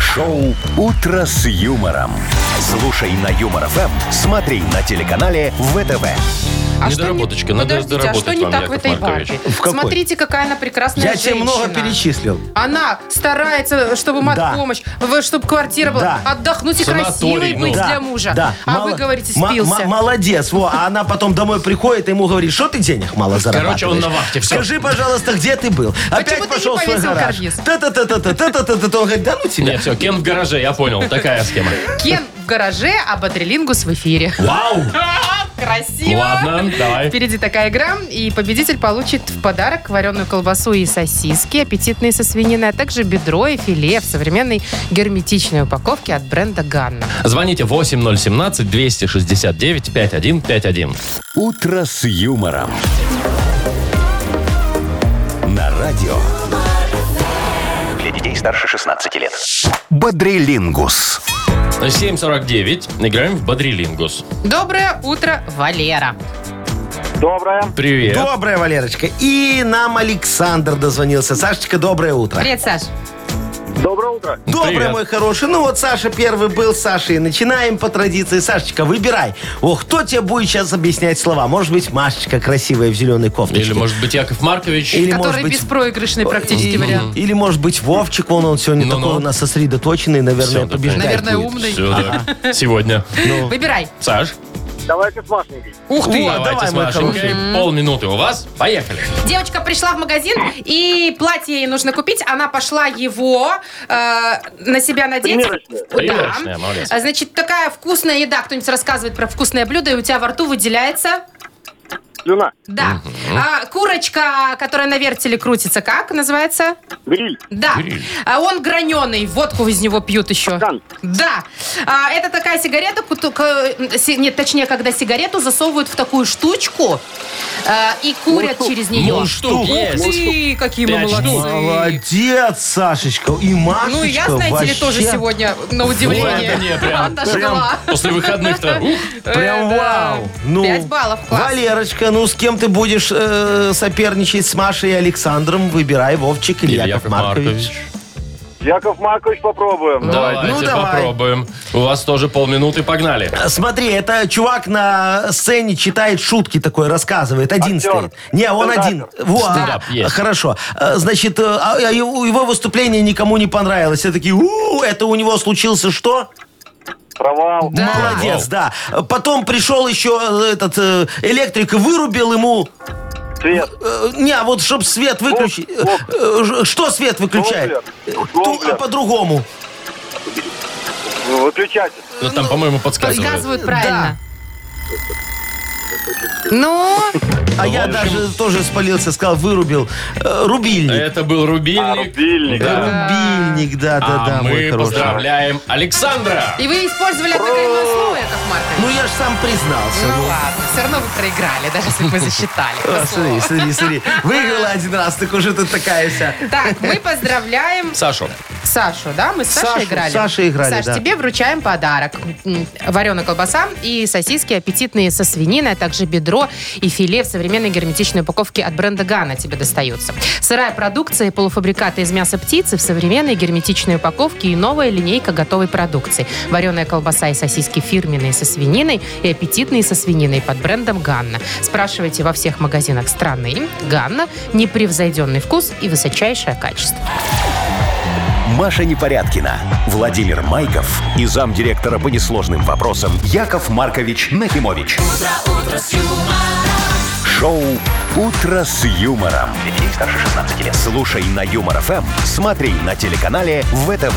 [SPEAKER 1] Шоу «Утро с юмором». Слушай на Юмор ФМ, смотри на телеканале ВТВ.
[SPEAKER 3] А что не-
[SPEAKER 2] Недоработочка, надо
[SPEAKER 3] Подождите, а
[SPEAKER 2] доработать
[SPEAKER 3] что не
[SPEAKER 2] вам,
[SPEAKER 3] так в
[SPEAKER 2] Яков
[SPEAKER 3] этой
[SPEAKER 2] Маркович.
[SPEAKER 3] барбе?
[SPEAKER 4] В какой?
[SPEAKER 3] Смотрите, какая она прекрасная
[SPEAKER 4] Я тебе
[SPEAKER 3] женщина.
[SPEAKER 4] много перечислил.
[SPEAKER 3] Она старается, чтобы
[SPEAKER 4] Да.
[SPEAKER 3] помощь, чтобы квартира была
[SPEAKER 4] Да.
[SPEAKER 3] отдохнуть и
[SPEAKER 2] Санаторий
[SPEAKER 3] красивой
[SPEAKER 2] был.
[SPEAKER 3] быть
[SPEAKER 4] Да,
[SPEAKER 3] для мужа.
[SPEAKER 4] да.
[SPEAKER 3] А
[SPEAKER 4] Мало-
[SPEAKER 3] вы говорите,
[SPEAKER 4] м- м-
[SPEAKER 3] спился.
[SPEAKER 4] молодец. Во, а она потом домой приходит, и ему говорит, что ты денег мало зарабатываешь.
[SPEAKER 2] Короче, он на вахте, всё.
[SPEAKER 4] Скажи, пожалуйста, где ты был?
[SPEAKER 3] ты не
[SPEAKER 4] Опять пошел в свой
[SPEAKER 3] повесил
[SPEAKER 4] гараж.
[SPEAKER 3] карниз?
[SPEAKER 4] Та-та-та-та-та, та-та-та-та. Он говорит, да ну тебя.
[SPEAKER 2] Нет, все, Кен в гараже, я понял. Такая схема.
[SPEAKER 3] Кен в гараже, а Бодрилингус в эфире.
[SPEAKER 2] Вау!
[SPEAKER 3] Красиво.
[SPEAKER 2] Ладно, давай.
[SPEAKER 3] Впереди такая игра, и победитель получит в подарок вареную колбасу и сосиски, аппетитные со свининой, а также бедро и филе в современной герметичной упаковке от бренда «Ганна».
[SPEAKER 2] Звоните 8017-269-5151.
[SPEAKER 1] «Утро с юмором». На радио
[SPEAKER 5] Для детей старше 16 лет.
[SPEAKER 1] «Бодрилингус».
[SPEAKER 2] 7.49. Играем в Бодрилингус.
[SPEAKER 3] Доброе утро, Валера.
[SPEAKER 6] Доброе.
[SPEAKER 2] Привет.
[SPEAKER 4] Доброе, Валерочка. И нам Александр дозвонился. Сашечка, доброе утро.
[SPEAKER 3] Привет, Саш.
[SPEAKER 6] Доброе утро.
[SPEAKER 4] Доброе,
[SPEAKER 2] Привет.
[SPEAKER 4] мой хороший. Ну вот Саша первый был, Саша, и начинаем по традиции. Сашечка, выбирай. О, кто тебе будет сейчас объяснять слова? Может быть, Машечка красивая в зеленой кофточке.
[SPEAKER 2] Или, может быть, Яков Маркович?
[SPEAKER 4] Или,
[SPEAKER 3] Который беспроигрышный практически
[SPEAKER 4] И-
[SPEAKER 3] вариант.
[SPEAKER 4] Или, может быть, Вовчик, вон он сегодня
[SPEAKER 2] Ну-ну.
[SPEAKER 4] такой у нас сосредоточенный, наверное,
[SPEAKER 2] Всё,
[SPEAKER 4] побеждает.
[SPEAKER 3] Наверное,
[SPEAKER 4] будет.
[SPEAKER 3] умный.
[SPEAKER 2] Всё, да. Сегодня. Ну,
[SPEAKER 3] Выбирай.
[SPEAKER 2] Саш?
[SPEAKER 6] Давайте с Машенькой.
[SPEAKER 4] Ух ты,
[SPEAKER 2] давайте
[SPEAKER 4] давай,
[SPEAKER 2] с
[SPEAKER 4] мой
[SPEAKER 2] Машенькой.
[SPEAKER 4] хороший.
[SPEAKER 2] Полминуты у вас. Поехали.
[SPEAKER 3] Девочка пришла в магазин, и платье ей нужно купить. Она пошла его э, на себя надеть.
[SPEAKER 6] Примерочная.
[SPEAKER 3] Да.
[SPEAKER 2] Примерочная, молодец.
[SPEAKER 3] А, Значит, такая вкусная еда. Кто-нибудь рассказывает про вкусное блюдо, и у тебя во рту выделяется...
[SPEAKER 6] Слюна.
[SPEAKER 3] Да. А, курочка, которая на вертеле крутится, как называется?
[SPEAKER 6] Гриль.
[SPEAKER 3] Да.
[SPEAKER 2] Гриль.
[SPEAKER 3] А он граненый, водку из него пьют еще.
[SPEAKER 6] Кан.
[SPEAKER 3] Да. А, это такая сигарета, куту- к- си- нет, точнее, когда сигарету засовывают в такую штучку э, и курят через нее.
[SPEAKER 2] Ну, штук есть.
[SPEAKER 3] Ух ты, какие мы
[SPEAKER 2] Пять
[SPEAKER 3] молодцы.
[SPEAKER 2] штук.
[SPEAKER 4] Ну, Молодец, Сашечка. И Машечка
[SPEAKER 3] Ну, и я, знаете ли, тоже
[SPEAKER 4] а вообще
[SPEAKER 3] сегодня на удивление
[SPEAKER 2] Вот они прям.
[SPEAKER 3] отожгла.
[SPEAKER 2] После выходных-то. ух.
[SPEAKER 3] Э,
[SPEAKER 4] Прям
[SPEAKER 3] да.
[SPEAKER 4] вау. Ну,
[SPEAKER 3] Пять баллов, класс.
[SPEAKER 4] Валерочка, ну с кем ты будешь э, соперничать с Машей и Александром? Выбирай Вовчик или,
[SPEAKER 2] Или
[SPEAKER 4] Яков, Маркович.
[SPEAKER 6] Яков Маркович, попробуем.
[SPEAKER 2] Давайте
[SPEAKER 4] Ну, давай.
[SPEAKER 2] попробуем. У вас тоже полминуты, погнали.
[SPEAKER 4] Смотри, это чувак на сцене читает шутки такой, рассказывает. Один
[SPEAKER 6] Актер.
[SPEAKER 4] стоит. Не, он
[SPEAKER 6] Стендапер.
[SPEAKER 4] один. Во,
[SPEAKER 2] Стендап
[SPEAKER 4] а,
[SPEAKER 2] есть.
[SPEAKER 4] Хорошо. Э, Значит, э, а, а его его выступление никому не понравилось. Все такие, у это у него случился что?
[SPEAKER 6] Провал.
[SPEAKER 2] Вау.
[SPEAKER 4] Молодец, да. Потом пришел еще э, этот э, электрик и вырубил ему...
[SPEAKER 6] Цвет.
[SPEAKER 4] э, Не, а вот чтоб свет выключить. Э,
[SPEAKER 6] Ок,
[SPEAKER 4] э, ж- Что свет выключает?
[SPEAKER 6] Тумблер.
[SPEAKER 4] Ту-
[SPEAKER 6] Тумблер.
[SPEAKER 4] а по-другому.
[SPEAKER 6] Выключатель.
[SPEAKER 2] Ну, там, по-моему, подсказывают.
[SPEAKER 3] Подсказывают правильно. Ну,
[SPEAKER 4] А я даже тоже спалился, сказал, вырубил. Э, Рубильник.
[SPEAKER 2] Это был
[SPEAKER 6] А,
[SPEAKER 2] рубильник.
[SPEAKER 6] рубильник.
[SPEAKER 2] Да.
[SPEAKER 4] Рубильник, да, да,
[SPEAKER 2] А
[SPEAKER 4] да, мой
[SPEAKER 2] мы
[SPEAKER 4] хороший.
[SPEAKER 2] поздравляем Александра.
[SPEAKER 3] и вы использовали однокоренное слово, Яков Маркович.
[SPEAKER 4] Ну я ж сам признался.
[SPEAKER 3] Ну
[SPEAKER 4] ну.
[SPEAKER 3] ладно, все равно вы проиграли, даже если бы мы засчитали.
[SPEAKER 4] А, смотри, смотри, смотри. Выиграла один раз, так уже тут такая вся.
[SPEAKER 3] Так, мы поздравляем
[SPEAKER 2] Сашу.
[SPEAKER 3] Сашу, да? Мы с Сашей
[SPEAKER 4] Сашу,
[SPEAKER 3] играли.
[SPEAKER 4] с Сашей играли,
[SPEAKER 3] Саш,
[SPEAKER 4] да.
[SPEAKER 3] тебе вручаем подарок. М, Вареная колбаса и сосиски аппетитные со свининой, а также бедро и филе в современной герметичной упаковке от бренда Гана тебе достаются. Сырая продукция и полуфабрикаты из мяса птицы в современной герметичной упаковке и новая линейка готовой продукции. Вареная колбаса и сосиски фирменные со свининой и аппетитные со свининой под брендом Ганна. Спрашивайте во всех магазинах страны. Ганна – непревзойденный вкус и высочайшее качество.
[SPEAKER 1] Маша Непорядкина, Владимир Майков и замдиректора по несложным вопросам Яков Маркович Нахимович. Шоу Утро с юмором. Детей старше 16 лет. Слушай на юмор ФМ, смотри на телеканале ВТВ.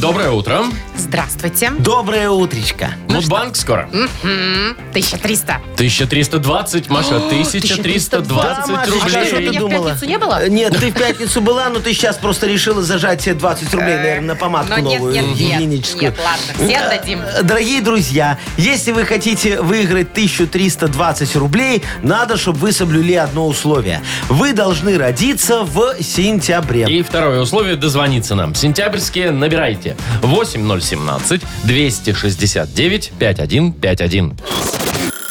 [SPEAKER 2] Доброе утро.
[SPEAKER 3] Здравствуйте.
[SPEAKER 4] Доброе утречко.
[SPEAKER 2] Мудбанк скоро.
[SPEAKER 3] Ну М, 1300.
[SPEAKER 2] 1320, Маша, 1320
[SPEAKER 4] Машечка,
[SPEAKER 3] А
[SPEAKER 4] что
[SPEAKER 3] что,
[SPEAKER 4] ты
[SPEAKER 2] рублей.
[SPEAKER 3] меня в
[SPEAKER 4] думала?
[SPEAKER 3] пятницу не было?
[SPEAKER 4] Э, Нет, ты в пятницу была, но ты сейчас просто решила зажать себе 20 рублей, наверное, на помадку
[SPEAKER 3] Э, Но нет,
[SPEAKER 4] А новую,
[SPEAKER 3] нет, нет,
[SPEAKER 4] гигиеническую.
[SPEAKER 3] нет, ладно, все отдадим.
[SPEAKER 4] Э, Дорогие друзья, если вы хотите выиграть 1320 рублей, надо, чтобы вы соблюли одно условие. Вы должны родиться в сентябре.
[SPEAKER 2] И второе условие – дозвониться нам. Сентябрьские набирайте. 8017-269-5151.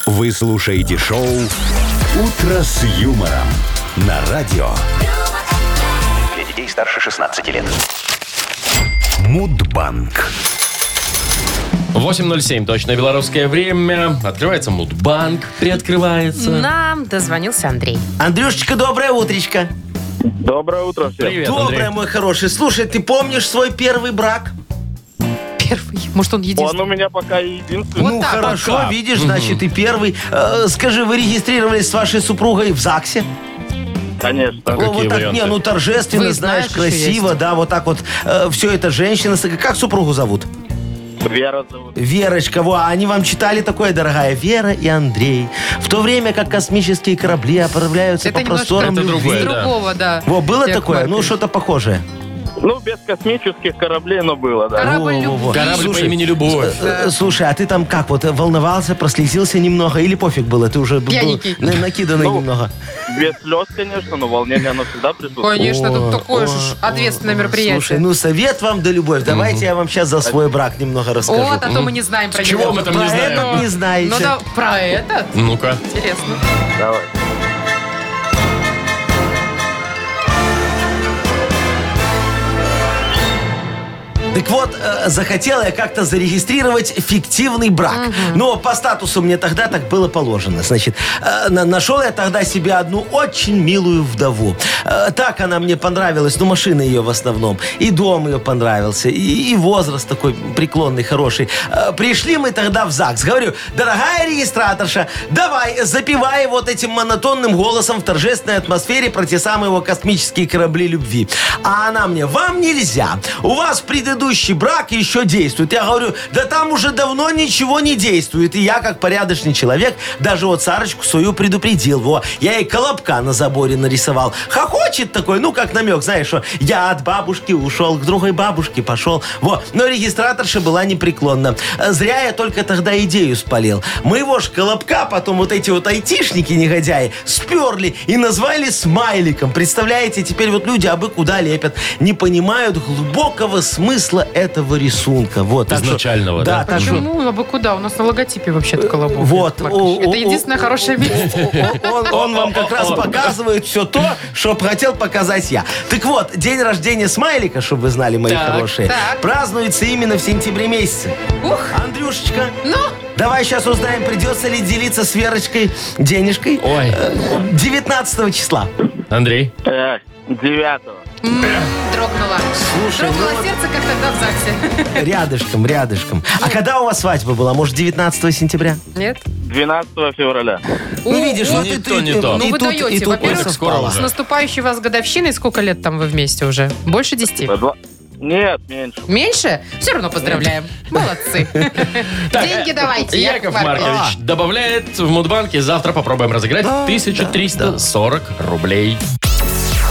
[SPEAKER 1] Вы слушаете шоу Утро с юмором на радио
[SPEAKER 5] Для детей старше 16 лет.
[SPEAKER 1] Мудбанк.
[SPEAKER 2] 8.07, точное белорусское время. Открывается мудбанк, приоткрывается.
[SPEAKER 3] Нам дозвонился Андрей.
[SPEAKER 4] Андрюшечка, доброе утречко.
[SPEAKER 6] Доброе утро всем.
[SPEAKER 2] Привет,
[SPEAKER 4] доброе,
[SPEAKER 2] Андрей.
[SPEAKER 4] мой хороший. Слушай, ты помнишь свой первый брак?
[SPEAKER 3] Первый. Может, он
[SPEAKER 6] Он
[SPEAKER 3] единственный.
[SPEAKER 6] у меня пока единственный.
[SPEAKER 3] Вот
[SPEAKER 4] ну,
[SPEAKER 3] так
[SPEAKER 4] хорошо,
[SPEAKER 2] пока.
[SPEAKER 4] видишь, значит, и первый. Э, скажи, вы регистрировались с вашей супругой в ЗАГСе?
[SPEAKER 6] Конечно.
[SPEAKER 4] О,
[SPEAKER 2] А какие
[SPEAKER 4] вот так,
[SPEAKER 2] варианты?
[SPEAKER 4] не, ну торжественно,
[SPEAKER 3] Вы
[SPEAKER 4] знаешь,
[SPEAKER 3] знаешь, еще
[SPEAKER 4] красиво, да, вот так вот. все это женщина. с- Как супругу зовут?
[SPEAKER 6] Вера зовут.
[SPEAKER 4] Верочка, во, а они вам читали такое, дорогая Вера и Андрей. В то время как космические корабли отправляются
[SPEAKER 3] Это
[SPEAKER 4] по
[SPEAKER 3] немножко
[SPEAKER 4] просторам
[SPEAKER 2] Это
[SPEAKER 4] любви.
[SPEAKER 2] другое, да.
[SPEAKER 3] Другого, да.
[SPEAKER 4] Во, было
[SPEAKER 3] Яков
[SPEAKER 4] такое? Ну,
[SPEAKER 3] Маркович.
[SPEAKER 4] что-то похожее.
[SPEAKER 6] Ну, без космических кораблей, но было, да.
[SPEAKER 3] Корабль
[SPEAKER 4] Во, во, во.
[SPEAKER 3] любви.
[SPEAKER 2] Корабль по имени Любовь.
[SPEAKER 4] Э, э, Слушай, а ты там как, вот э, волновался, прослезился немного или пофиг было? Ты уже был
[SPEAKER 3] Пьяненький.
[SPEAKER 4] на- накиданный
[SPEAKER 6] Ну,
[SPEAKER 4] немного.
[SPEAKER 6] Без слез, конечно, но волнение оно всегда присутствует.
[SPEAKER 3] Конечно,
[SPEAKER 4] О,
[SPEAKER 3] тут такое
[SPEAKER 4] о,
[SPEAKER 3] же ж ответственное мероприятие.
[SPEAKER 4] Слушай, ну совет вам да любовь. Давайте я вам сейчас за свой брак немного расскажу. Ну,
[SPEAKER 3] вот, а то мы не знаем про
[SPEAKER 2] чего
[SPEAKER 3] него.
[SPEAKER 2] мы там
[SPEAKER 4] Про
[SPEAKER 2] не знаем?
[SPEAKER 4] этот не знаете.
[SPEAKER 3] Ну да, про этот?
[SPEAKER 2] Ну-ка.
[SPEAKER 3] Интересно.
[SPEAKER 6] Давай.
[SPEAKER 4] Так вот, э, захотела я как-то зарегистрировать фиктивный брак. Но по статусу мне тогда так было положено. Значит, э, на- нашел я тогда себе одну очень милую вдову. Э, Так она мне понравилась, ну, машина ее в основном. И дом ее понравился, и, и возраст такой преклонный, хороший. Э, Пришли мы тогда в ЗАГС. Говорю, дорогая регистраторша, давай, запивай вот этим монотонным голосом в торжественной атмосфере про те самые его космические корабли любви. А она мне, вам нельзя. У вас предыдущий брак еще действует. Я говорю, да там уже давно ничего не действует. И я, как порядочный человек, даже вот Сарочку свою предупредил. Во, я ей колобка на заборе нарисовал. Хохочет такой, ну, как намек, знаешь, что я от бабушки ушел, к другой бабушке пошел. Во, но регистраторша была непреклонна. Э, Зря я только тогда идею спалил. Моего ж колобка потом вот эти вот айтишники негодяи сперли и назвали смайликом. Представляете, теперь вот люди абы куда лепят. Не понимают глубокого смысла этого рисунка. Вот, так что-
[SPEAKER 2] Изначального, да?
[SPEAKER 4] так что-
[SPEAKER 3] Почему? А бы куда? У нас на логотипе вообще-то колобок.
[SPEAKER 4] Вот.
[SPEAKER 3] Яков Маркович.
[SPEAKER 4] О, о,
[SPEAKER 3] Это
[SPEAKER 4] о,
[SPEAKER 3] единственное
[SPEAKER 4] о,
[SPEAKER 3] хорошее место.
[SPEAKER 4] О, Он, он вам как раз показывает все то, что б хотел показать я. Так вот, день рождения смайлика, чтобы вы знали, мои
[SPEAKER 2] Так,
[SPEAKER 4] хорошие,
[SPEAKER 3] так.
[SPEAKER 4] празднуется именно в сентябре месяце.
[SPEAKER 3] Ух,
[SPEAKER 4] Андрюшечка,
[SPEAKER 3] ну,
[SPEAKER 4] давай сейчас узнаем, придется ли делиться с Верочкой денежкой
[SPEAKER 2] Ой,
[SPEAKER 4] 19 числа.
[SPEAKER 2] Андрей.
[SPEAKER 6] Эх, Э, девятого.
[SPEAKER 3] м, дрогнуло.
[SPEAKER 4] Слушай,
[SPEAKER 3] Дрогнуло
[SPEAKER 4] ну вот
[SPEAKER 3] сердце, как тогда в ЗАГСе.
[SPEAKER 4] рядышком, рядышком. А когда у вас свадьба была? Может, 19 сентября?
[SPEAKER 3] Нет?
[SPEAKER 6] 12 февраля.
[SPEAKER 3] О,
[SPEAKER 4] ну, видишь,
[SPEAKER 3] о,
[SPEAKER 4] вот
[SPEAKER 2] не
[SPEAKER 4] и
[SPEAKER 2] то,
[SPEAKER 4] ты-
[SPEAKER 2] не то.
[SPEAKER 4] и
[SPEAKER 3] Ну, вы
[SPEAKER 4] тут- и
[SPEAKER 3] даете,
[SPEAKER 4] тут
[SPEAKER 3] во-первых,
[SPEAKER 4] не
[SPEAKER 2] Так скоро
[SPEAKER 4] совпало.
[SPEAKER 2] уже.
[SPEAKER 3] С наступающей вас годовщиной сколько лет там вы вместе уже? Больше десяти?
[SPEAKER 6] Два- Нет, меньше.
[SPEAKER 3] Меньше? Все равно поздравляем. Молодцы. Деньги давайте,
[SPEAKER 2] Яков Маркович
[SPEAKER 3] А.
[SPEAKER 2] добавляет в Мудбанке. Завтра попробуем разыграть 1340 рублей.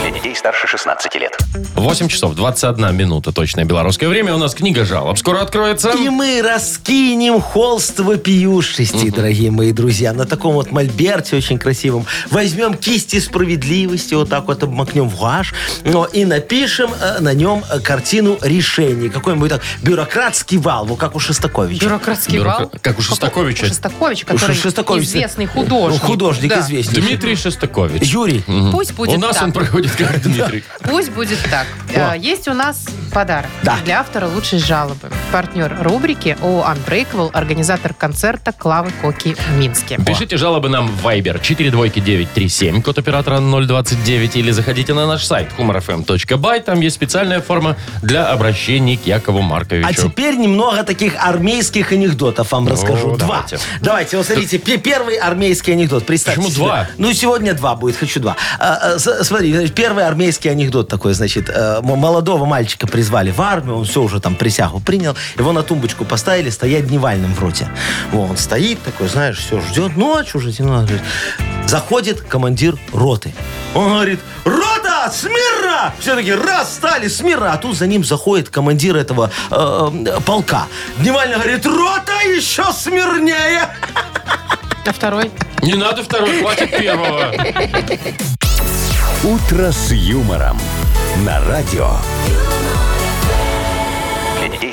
[SPEAKER 5] Для детей старше 16 лет.
[SPEAKER 2] 8 часов 21 минута точное белорусское время. У нас книга жалоб скоро откроется.
[SPEAKER 4] И мы раскинем холст вопиюшести, дорогие мои друзья, на таком вот мольберте очень красивом. Возьмем кисти справедливости, вот так вот обмакнем в гуашь, но и напишем э, на нем э, картину решений. Какой-нибудь так бюрократский вал, вот как у Шостаковича.
[SPEAKER 3] Бюрократский
[SPEAKER 2] Бюрократ-
[SPEAKER 3] вал.
[SPEAKER 2] как у Шостаковича.
[SPEAKER 3] Шостакович,
[SPEAKER 4] У
[SPEAKER 3] который
[SPEAKER 4] Шостаковича.
[SPEAKER 3] известный художник.
[SPEAKER 4] Ну, художник
[SPEAKER 3] Да.
[SPEAKER 4] известный.
[SPEAKER 2] Дмитрий Шестакович.
[SPEAKER 4] Юрий,
[SPEAKER 3] Пусть будет
[SPEAKER 2] У нас
[SPEAKER 3] так.
[SPEAKER 2] он проходит как Дмитрий.
[SPEAKER 3] Пусть будет так.
[SPEAKER 4] О.
[SPEAKER 3] Э, Есть у нас подарок
[SPEAKER 4] Да.
[SPEAKER 3] для автора лучшей жалобы. Партнер рубрики ООО «Unbreakable», организатор концерта Клавы Коки в Минске.
[SPEAKER 2] Пишите жалобы нам в Viber 42937, код оператора 029, или заходите на наш сайт humorfm.by. Там есть специальная форма для обращений к Якову Марковичу.
[SPEAKER 4] А теперь немного таких армейских анекдотов вам расскажу. Два.
[SPEAKER 2] давайте.
[SPEAKER 4] Давайте, вот смотрите, пе- первый армейский анекдот. Представьте
[SPEAKER 2] Почему
[SPEAKER 4] себе.
[SPEAKER 2] два?
[SPEAKER 4] Ну, сегодня два будет, хочу два. А, а, с- смотри, значит, первый армейский анекдот такой, значит, э, м- молодого мальчика призвали в армию, он все уже там присягу принял, его на тумбочку поставили, стоять дневальным вроде. Во, он стоит такой, знаешь, все ждет, ночь уже темно. Говорит, Заходит командир роты. Он говорит, рота, смирно! Все таки раз, стали, смирно. А тут за ним заходит командир этого э, э, полка. Дневально говорит, рота еще смирнее!
[SPEAKER 3] А второй?
[SPEAKER 2] Не надо второй, хватит первого.
[SPEAKER 1] «Утро с юмором» на радио.
[SPEAKER 5] Для детей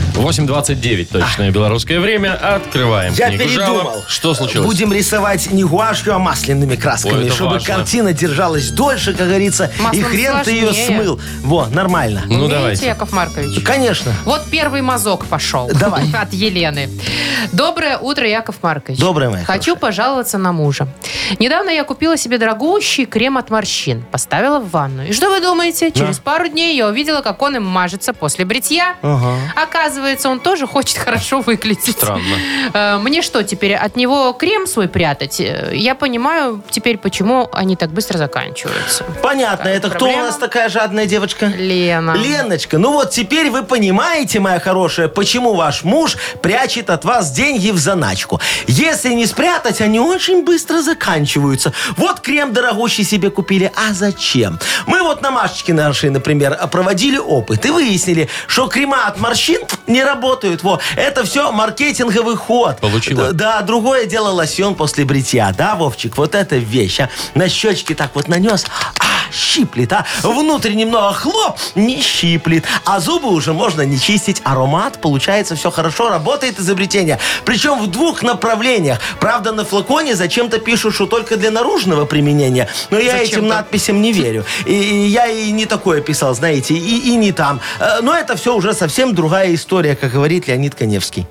[SPEAKER 2] 8.29 точное белорусское время. Открываем
[SPEAKER 4] Я
[SPEAKER 2] книгу
[SPEAKER 4] передумал.
[SPEAKER 2] жалоб. Что случилось?
[SPEAKER 4] Будем рисовать не гуашью, а масляными красками,
[SPEAKER 2] Ой, это
[SPEAKER 4] чтобы
[SPEAKER 2] важно.
[SPEAKER 4] картина держалась дольше, как говорится,
[SPEAKER 3] Маслом
[SPEAKER 4] и хрен ты ее
[SPEAKER 3] сложнее.
[SPEAKER 4] смыл. Во, нормально.
[SPEAKER 2] Ну,
[SPEAKER 3] Умеете,
[SPEAKER 2] давайте.
[SPEAKER 3] Яков Маркович?
[SPEAKER 4] Конечно.
[SPEAKER 3] Вот первый мазок пошел.
[SPEAKER 4] Давай.
[SPEAKER 3] От Елены. Доброе утро, Яков Маркович.
[SPEAKER 4] Доброе, моя
[SPEAKER 3] Хочу пожаловаться на мужа. Недавно я купила себе дорогущий крем от морщин. Поставила в ванну. И что вы думаете? Через пару дней я увидела, как он им мажется после бритья. Оказывается, он тоже хочет хорошо выглядеть.
[SPEAKER 2] Странно.
[SPEAKER 3] Э, Мне что, теперь от него крем свой прятать? Э, Я понимаю теперь, почему они так быстро заканчиваются.
[SPEAKER 4] Понятно.
[SPEAKER 3] Какая
[SPEAKER 4] Это кто
[SPEAKER 3] проблема?
[SPEAKER 4] у нас такая жадная девочка?
[SPEAKER 3] Лена.
[SPEAKER 4] Леночка, ну вот теперь вы понимаете, моя хорошая, почему ваш муж прячет от вас деньги в заначку. Если не спрятать, они очень быстро заканчиваются. Вот крем дорогущий себе купили, а зачем? Мы вот на Машечке нашей, например, проводили опыт и выяснили, что крема от морщин не работают. Во, это все маркетинговый ход.
[SPEAKER 2] Получила.
[SPEAKER 4] Д- Да, другое дело лосьон после бритья, да, Вовчик? Вот эта вещь, а? На щечки так вот нанес, а, щиплет, а? Внутрь немного хлоп, не щиплет. А зубы уже можно не чистить. Аромат, получается, все хорошо, работает изобретение. Причем в двух направлениях. Правда, на флаконе зачем-то пишут, что только для наружного применения. Но я этим надписям не верю. И, и я и не такое писал, знаете, и, и не там. Э, Но это все уже совсем другая история, как говорит Леонид Коневский.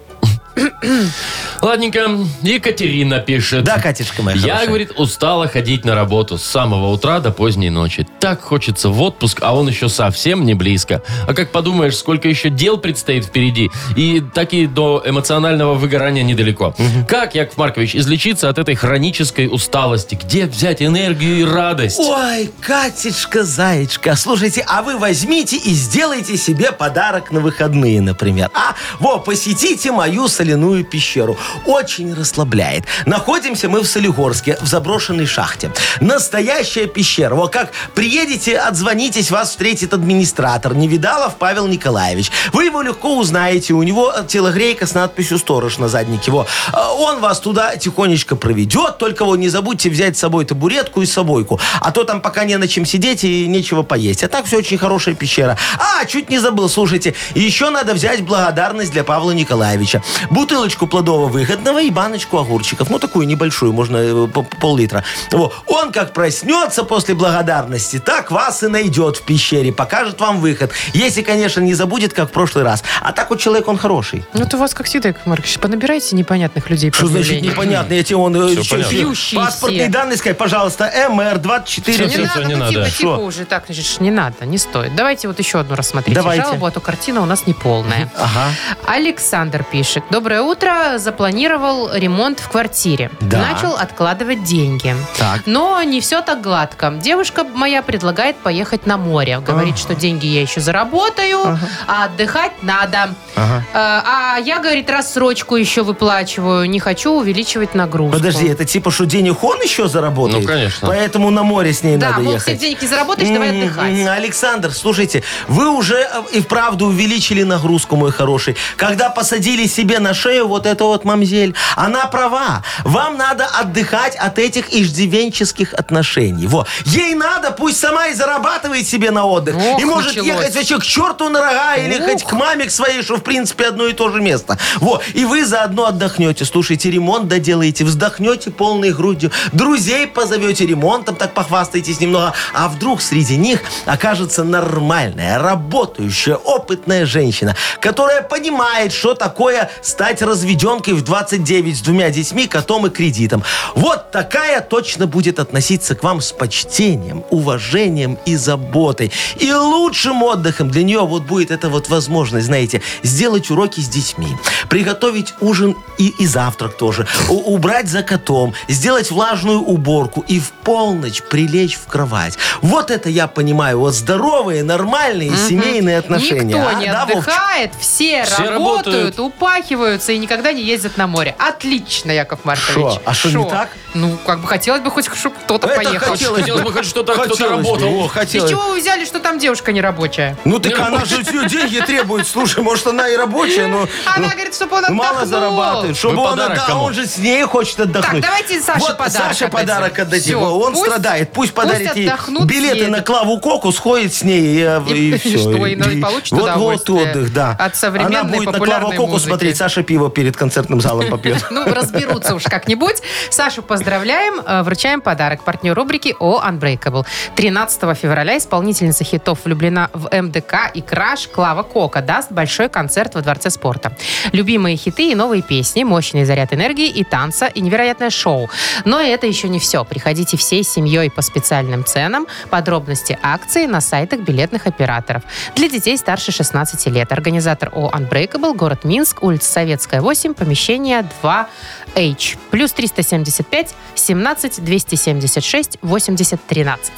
[SPEAKER 2] Ладненько, Екатерина пишет.
[SPEAKER 4] Да, Катюшка моя
[SPEAKER 2] Я,
[SPEAKER 4] хорошая.
[SPEAKER 2] говорит, устала ходить на работу с самого утра до поздней ночи. Так хочется в отпуск, а он еще совсем не близко. А как подумаешь, сколько еще дел предстоит впереди, и так и до эмоционального выгорания недалеко. Как, Яков Маркович, излечиться от этой хронической усталости? Где взять энергию и радость?
[SPEAKER 4] Ой, Катечка, Заячка, слушайте, а вы возьмите и сделайте себе подарок на выходные, например. А, во, посетите мою соляную пещеру. Очень расслабляет. Находимся мы в Солигорске, в заброшенной шахте. Настоящая пещера. Во, как приедете, отзвонитесь, вас встретит администратор. Невидалов Павел Николаевич. Вы его легко узнаете. У него телогрейка с надписью «Сторож» на заднике. Во. А Он вас туда тихонечко проведет, только вот не забудьте взять с собой табуретку и собойку. А то там пока не на чем сидеть и нечего поесть. А так все очень хорошая пещера. А, чуть не забыл, слушайте. Еще надо взять благодарность для Павла Николаевича. Бутылочку плодового выгодного и баночку огурчиков. Ну, такую небольшую, можно э, по- по- пол-литра. Во. Он как проснется после благодарности, так вас и найдет в пещере. Покажет вам выход. Если, конечно, не забудет, как в прошлый раз. А так вот человек, он хороший.
[SPEAKER 3] Ну, это у вас как всегда, Яков Маркович, понабирайте непонятных людей.
[SPEAKER 4] Что
[SPEAKER 3] по
[SPEAKER 4] значит
[SPEAKER 3] объявлению.
[SPEAKER 4] непонятно? Я тебе он э,
[SPEAKER 2] Всё
[SPEAKER 4] щ-
[SPEAKER 2] понятно.
[SPEAKER 3] Пьющие
[SPEAKER 4] паспортные
[SPEAKER 3] все.
[SPEAKER 4] данные скажи, пожалуйста,
[SPEAKER 2] Всё,
[SPEAKER 4] МР-24.
[SPEAKER 3] Не
[SPEAKER 2] всё,
[SPEAKER 3] надо,
[SPEAKER 2] всё, не
[SPEAKER 3] ну,
[SPEAKER 2] надо.
[SPEAKER 3] типа, типа
[SPEAKER 4] Шо?
[SPEAKER 3] уже так, значит, не надо, не стоит. Давайте вот еще одну рассмотрите
[SPEAKER 4] Давайте.
[SPEAKER 3] жалобу, а то картина у нас неполная.
[SPEAKER 4] Ага.
[SPEAKER 3] Александр пишет. Доброе утро. Запланировал ремонт в квартире.
[SPEAKER 4] Да.
[SPEAKER 3] Начал откладывать деньги.
[SPEAKER 4] Так.
[SPEAKER 3] Но не все так гладко. Девушка моя предлагает поехать на море.
[SPEAKER 4] А.
[SPEAKER 3] Говорит, что деньги я еще заработаю, а отдыхать надо.
[SPEAKER 4] Ага.
[SPEAKER 3] Э, А я, говорит, рассрочку еще выплачиваю. Не хочу увеличивать нагрузку.
[SPEAKER 4] Подожди, это типа, что денег он еще заработает?
[SPEAKER 2] Ну, конечно.
[SPEAKER 4] Поэтому на море с ней
[SPEAKER 3] Да,
[SPEAKER 4] надо
[SPEAKER 3] мол, все
[SPEAKER 4] ехать.
[SPEAKER 3] деньги заработаешь, давай
[SPEAKER 4] М, м,
[SPEAKER 3] отдыхать.
[SPEAKER 4] Александр, слушайте, вы уже э, и вправду увеличили нагрузку, мой хороший. Когда посадили себе на шею вот эту вот мамзель, она права. Вам надо отдыхать от этих иждивенческих отношений. Во. Ей надо, пусть сама и зарабатывает себе на отдых.
[SPEAKER 3] Ох,
[SPEAKER 4] и может
[SPEAKER 3] началось.
[SPEAKER 4] ехать вообще к черту на рога или хоть к маме к своей, что в принципе одно и то же место. Во. И вы заодно отдохнете, слушайте, ремонт доделаете, вздохнете полной грудью, друзей позовете ремонтом, так похвастаетесь немного. А вдруг среди них окажется нормальная, работающая, опытная женщина, которая понимает, что такое стать разведенкой в 29 с двумя детьми, котом и кредитом. Вот такая точно будет относиться к вам с почтением, уважением и заботой. И лучшим отдыхом для нее вот будет эта вот возможность, знаете, сделать уроки с детьми, приготовить ужин и, и завтрак тоже, у- убрать за котом, сделать влажную уборку и в полночь прилечь в кровать. Вот это я понимаю, вот здоровые, нормальные семейные отношения.
[SPEAKER 3] Никто
[SPEAKER 4] А,
[SPEAKER 3] не
[SPEAKER 4] да, Вовчик?
[SPEAKER 3] отдыхает, все,
[SPEAKER 2] Все
[SPEAKER 3] работают,
[SPEAKER 2] работают.
[SPEAKER 3] упахивают беспокоятся и никогда не ездят на море. Отлично, Яков Маркович.
[SPEAKER 4] Шо? А Э? шо, не
[SPEAKER 3] Шо?
[SPEAKER 4] так?
[SPEAKER 3] Ну, как бы хотелось бы хоть, чтобы кто-то
[SPEAKER 4] Это
[SPEAKER 3] поехал.
[SPEAKER 4] хотелось бы.
[SPEAKER 2] Хотелось бы хоть что-то
[SPEAKER 4] Хотелось
[SPEAKER 2] кто-то
[SPEAKER 4] бы.
[SPEAKER 2] работал.
[SPEAKER 4] О,
[SPEAKER 3] Из
[SPEAKER 4] хотелось.
[SPEAKER 3] чего вы взяли, что там девушка не рабочая?
[SPEAKER 4] Ну так она же все деньги требует. Слушай, может она и рабочая, но...
[SPEAKER 3] Она
[SPEAKER 4] ну,
[SPEAKER 3] говорит, чтобы он отдохнул.
[SPEAKER 4] Мало зарабатывает. Чтобы
[SPEAKER 2] Вы
[SPEAKER 4] он
[SPEAKER 2] подарок
[SPEAKER 4] отда-
[SPEAKER 2] кому?
[SPEAKER 4] Он же с ней хочет отдохнуть.
[SPEAKER 3] давайте Саше
[SPEAKER 4] вот,
[SPEAKER 3] подарок
[SPEAKER 4] Саша
[SPEAKER 3] отдадим.
[SPEAKER 4] подарок отдадим.
[SPEAKER 3] Всё,
[SPEAKER 4] Он
[SPEAKER 3] пусть-
[SPEAKER 4] страдает.
[SPEAKER 3] пусть
[SPEAKER 4] Пусть подарит ей
[SPEAKER 3] отдохнут,
[SPEAKER 4] билеты
[SPEAKER 3] съедет.
[SPEAKER 4] на Клаву Коку, сходит с ней и, э,
[SPEAKER 3] И-
[SPEAKER 4] и
[SPEAKER 3] и
[SPEAKER 4] всё.
[SPEAKER 3] что, и на- и получит
[SPEAKER 4] вот, вот
[SPEAKER 3] удовольствие
[SPEAKER 4] отдых, да.
[SPEAKER 3] от современной
[SPEAKER 4] Она будет на
[SPEAKER 3] популярной
[SPEAKER 4] Клаву Коку
[SPEAKER 3] музыки.
[SPEAKER 4] смотреть. Саша пиво перед концертным залом попьет.
[SPEAKER 3] Ну, разберутся уж как-нибудь. Сашу поздравляем, э, вручаем подарок. Партнер рубрики о Unbreakable. 13 февраля исполнительница хитов «Влюблена в МДК» и «Краш» Клава Кока даст большой концерт во Дворце спорта. Любимые хиты и новые песни, мощный заряд энергии и танца, и невероятное шоу. Но это еще не все. Приходите всей семьей по специальным ценам. Подробности акции на сайтах билетных операторов. Для детей старше 16 лет. Организатор ООО Unbreakable, город Минск, улица Советская, 8, помещение 2H. Плюс 375 17 276 80 13.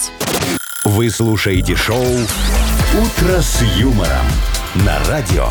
[SPEAKER 1] Вы слушаете шоу «Утро с юмором» на радио.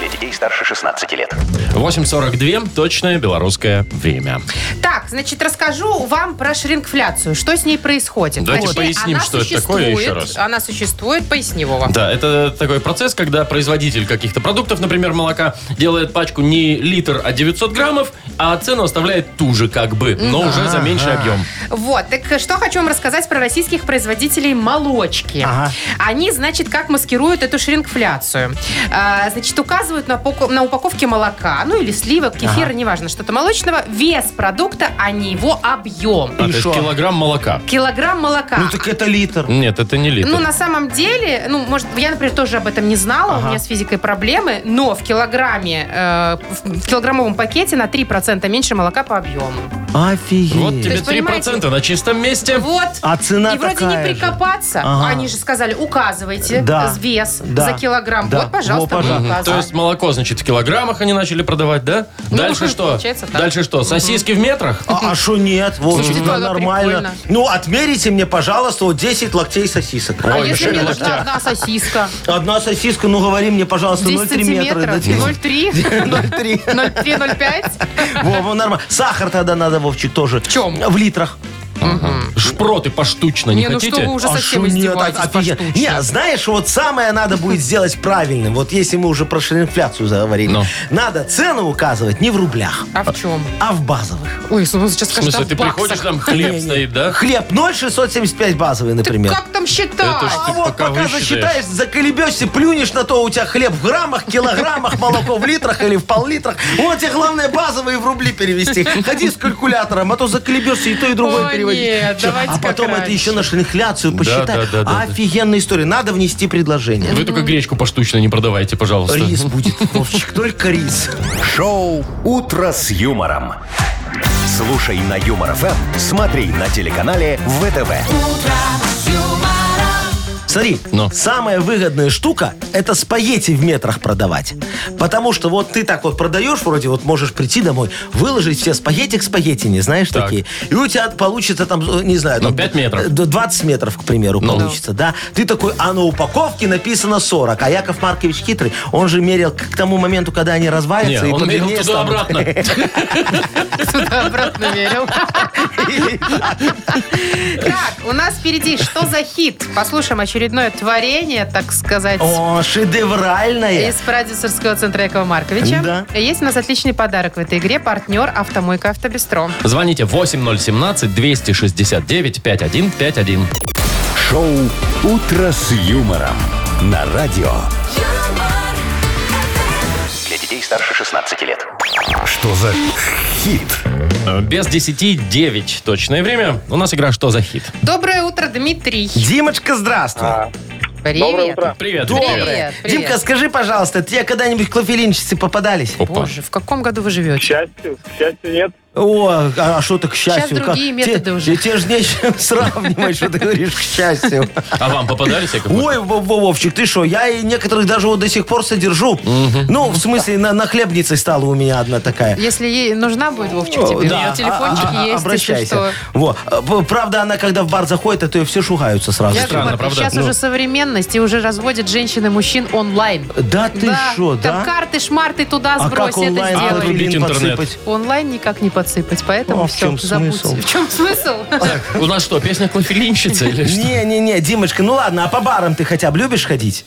[SPEAKER 5] Для детей старше 16 лет.
[SPEAKER 2] 8.42, точное белорусское время.
[SPEAKER 3] Так, значит, расскажу вам про шрингфляцию. Что с ней происходит?
[SPEAKER 2] Ну, Давайте
[SPEAKER 3] Значит,
[SPEAKER 2] поясним,
[SPEAKER 3] она
[SPEAKER 2] что это такое еще
[SPEAKER 3] существует-
[SPEAKER 2] раз.
[SPEAKER 3] Она существует, поясни, Вова.
[SPEAKER 2] Да, это такой процесс, когда производитель каких-то продуктов, например, молока, делает пачку не литр, а 900 граммов, а цену оставляет ту же как бы, но уже за меньший объем.
[SPEAKER 3] Вот, так что хочу вам рассказать про российских производителей молочки.
[SPEAKER 4] Ага.
[SPEAKER 3] Они, значит, как маскируют эту шрингфляцию. А, значит, указывают на, поку- на упаковке молока, ну или сливок, кефира, неважно, что-то молочного, вес продукта, а не его объем.
[SPEAKER 2] А, то есть
[SPEAKER 4] шо?
[SPEAKER 2] килограмм молока.
[SPEAKER 3] Килограмм молока.
[SPEAKER 4] Ну так это литр.
[SPEAKER 2] Нет, это не литр.
[SPEAKER 3] Ну, на самом деле, ну, может, я, например, тоже об этом не знала, у меня с физикой проблемы, но в килограмме, э, в в килограммовом пакете на 3% меньше молока по объему.
[SPEAKER 4] Офигеть.
[SPEAKER 2] Вот тебе
[SPEAKER 3] есть,
[SPEAKER 2] 3% на чистом месте.
[SPEAKER 3] Вот.
[SPEAKER 4] А цена
[SPEAKER 3] И вроде не
[SPEAKER 4] такая же.
[SPEAKER 3] прикопаться.
[SPEAKER 4] Ага.
[SPEAKER 3] Они же сказали, указывайте
[SPEAKER 4] Да.
[SPEAKER 3] вес
[SPEAKER 4] Да.
[SPEAKER 3] за килограмм.
[SPEAKER 4] Да.
[SPEAKER 3] Вот, пожалуйста, вы
[SPEAKER 4] Во, пожалуйста.
[SPEAKER 3] указываете.
[SPEAKER 2] То есть молоко, значит, в килограммах они начали продавать, да?
[SPEAKER 3] Ну,
[SPEAKER 2] Дальше что?
[SPEAKER 3] получается так.
[SPEAKER 2] Дальше что? Сосиски в метрах?
[SPEAKER 4] А что нет? Вот,
[SPEAKER 3] Слушайте,
[SPEAKER 4] ну,
[SPEAKER 3] да, да, прикольно.
[SPEAKER 4] нормально. Ну, отмерите мне, пожалуйста, вот 10 локтей сосисок.
[SPEAKER 3] А
[SPEAKER 2] Ой, ну,
[SPEAKER 3] если мне
[SPEAKER 2] шесть
[SPEAKER 3] нужна
[SPEAKER 2] локтя.
[SPEAKER 3] одна сосиска?
[SPEAKER 4] Одна сосиска, ну, говори мне, пожалуйста,
[SPEAKER 3] 10
[SPEAKER 4] 0,3 метра.
[SPEAKER 3] сантиметров?
[SPEAKER 4] Да, типа.
[SPEAKER 3] 0,3?
[SPEAKER 4] 0,3.
[SPEAKER 3] 0,3-0,5?
[SPEAKER 4] Во, во, нормально. Сахар тогда надо, Вовчик, тоже. В
[SPEAKER 3] чем?
[SPEAKER 4] В литрах. А
[SPEAKER 2] Шпроты поштучно не,
[SPEAKER 3] Не, ну что
[SPEAKER 2] хотите?
[SPEAKER 3] вы уже совсем
[SPEAKER 4] шо нет,
[SPEAKER 3] издеваетесь
[SPEAKER 4] офигенно.
[SPEAKER 3] поштучно.
[SPEAKER 4] Не, знаешь, вот самое надо будет сделать правильным. Вот если мы уже про инфляцию заговорили.
[SPEAKER 2] Ну.
[SPEAKER 4] Надо цену указывать не в рублях,
[SPEAKER 3] А в чем?
[SPEAKER 4] а в базовых.
[SPEAKER 3] Ой, Сумас сейчас
[SPEAKER 2] В
[SPEAKER 3] скажет,
[SPEAKER 2] смысле,
[SPEAKER 3] а
[SPEAKER 2] ты
[SPEAKER 3] в баксах?
[SPEAKER 2] приходишь, там хлеб стоит, да?
[SPEAKER 4] Хлеб 0,675 базовый, например.
[SPEAKER 3] Как там
[SPEAKER 2] Это
[SPEAKER 3] считать?
[SPEAKER 2] ж
[SPEAKER 4] А
[SPEAKER 2] Ты
[SPEAKER 4] вот
[SPEAKER 2] пока
[SPEAKER 4] пока,
[SPEAKER 2] высчитаешь.
[SPEAKER 4] засчитаешь, заколебешься, плюнешь на то, у тебя хлеб в граммах, килограммах, молоко в литрах или в пол-литрах. Вот тебе главное базовые в рубли перевести. Ходи с калькулятором, а то заколебешься и то, и другое
[SPEAKER 3] Ой,
[SPEAKER 4] переводить.
[SPEAKER 3] нет,
[SPEAKER 4] Всё.
[SPEAKER 3] давайте
[SPEAKER 4] а
[SPEAKER 3] как
[SPEAKER 4] потом это
[SPEAKER 3] раньше.
[SPEAKER 4] еще на шринхляцию
[SPEAKER 2] да,
[SPEAKER 4] посчитай.
[SPEAKER 2] да, да, да.
[SPEAKER 4] Офигенная история. Надо внести предложение.
[SPEAKER 3] Ну.
[SPEAKER 2] Вы только гречку поштучно не продавайте, пожалуйста.
[SPEAKER 4] Рис будет, Вовчик, только рис.
[SPEAKER 1] Шоу «Утро с юмором». Слушай на Юмор ФМ, смотри на телеканале ВТВ.
[SPEAKER 4] Смотри,
[SPEAKER 2] Ну.
[SPEAKER 4] самая выгодная штука это спагетти в метрах продавать. Потому что вот ты так вот продаешь, вроде вот можешь прийти домой, выложить все спагетти к спагетти, не знаешь
[SPEAKER 2] Так.
[SPEAKER 4] такие. И у тебя получится там, э, не знаю,
[SPEAKER 2] Ну,
[SPEAKER 4] там,
[SPEAKER 2] пять метров. Ну.
[SPEAKER 4] э, до 20 метров, к примеру, получится, да. Ты такой, а на упаковке написано 40. А Яков Маркович хитрый, он же мерил к к тому моменту, когда они
[SPEAKER 2] Не,
[SPEAKER 4] развалятся и
[SPEAKER 2] он мерил
[SPEAKER 4] подлиннее станут.
[SPEAKER 2] туда-обратно.
[SPEAKER 3] Туда обратно верил. Так, у нас впереди что за хит? Послушаем очередное творение, так сказать.
[SPEAKER 4] О, шедевральное.
[SPEAKER 3] Из продюсерского центра Якова Марковича.
[SPEAKER 4] Да.
[SPEAKER 3] Есть у нас отличный подарок в этой игре. Партнер «Автомойка Автобестро».
[SPEAKER 2] Звоните 8017-269-5151.
[SPEAKER 1] Шоу «Утро с юмором» на радио.
[SPEAKER 7] юмор,
[SPEAKER 5] Для детей старше 16 лет.
[SPEAKER 1] Что за хит?
[SPEAKER 2] Э, Без 10 9 точное время. У нас игра «Что за хит?».
[SPEAKER 3] Доброе утро, Дмитрий.
[SPEAKER 4] Димочка, здравствуй.
[SPEAKER 3] Привет.
[SPEAKER 6] Доброе утро.
[SPEAKER 2] Привет, Дмитрий.
[SPEAKER 3] Доброе. Привет, привет.
[SPEAKER 4] Димка, скажи, пожалуйста, тебе когда-нибудь клофелинщицы попадались?
[SPEAKER 2] Опа.
[SPEAKER 3] Боже, в каком году вы
[SPEAKER 6] К
[SPEAKER 3] живете?
[SPEAKER 6] счастью, к счастью, нет.
[SPEAKER 4] О, а а что ты к счастью?
[SPEAKER 3] Сейчас другие
[SPEAKER 4] Как- те-
[SPEAKER 3] методы уже.
[SPEAKER 4] Те же нечем сравнивать, что ты говоришь, к счастью.
[SPEAKER 2] А вам попадались, Яков Маркович?
[SPEAKER 4] Ой, Вов- Вов- Вовчик, ты что, я и некоторых даже вот до сих пор содержу. Ну, в смысле, на, на хлебнице стала у меня одна такая. Ну,
[SPEAKER 3] Если ей нужна будет, Вовчик, тебе, у нее телефончик
[SPEAKER 4] а- а-
[SPEAKER 3] есть, если что.
[SPEAKER 4] обращайся. Во. А, п- Правда, она когда в бар заходит, а то ее все шугаются сразу.
[SPEAKER 3] Яков
[SPEAKER 2] Странно,
[SPEAKER 3] Маркович,
[SPEAKER 2] правда?
[SPEAKER 3] Сейчас
[SPEAKER 2] Ну.
[SPEAKER 3] уже современность, и уже разводят женщин и мужчин онлайн.
[SPEAKER 4] Да ты что,
[SPEAKER 3] Там
[SPEAKER 4] да?
[SPEAKER 3] карты, шмарты туда
[SPEAKER 4] А
[SPEAKER 3] сбрось,
[SPEAKER 4] как
[SPEAKER 3] это
[SPEAKER 4] онлайн
[SPEAKER 2] А,
[SPEAKER 3] сделай.
[SPEAKER 2] отрубить
[SPEAKER 4] блин,
[SPEAKER 2] интернет.
[SPEAKER 4] подсыпать?
[SPEAKER 3] Онлайн никак не подсыпать, поэтому
[SPEAKER 4] Ну, а в
[SPEAKER 3] все,
[SPEAKER 4] чем
[SPEAKER 3] забудь.
[SPEAKER 4] смысл?
[SPEAKER 3] В чем смысл?
[SPEAKER 2] Ну, У нас что, песня «Клофелинщица» или что?
[SPEAKER 4] Не-не-не, Димочка, ну ладно, а по барам ты хотя бы любишь ходить?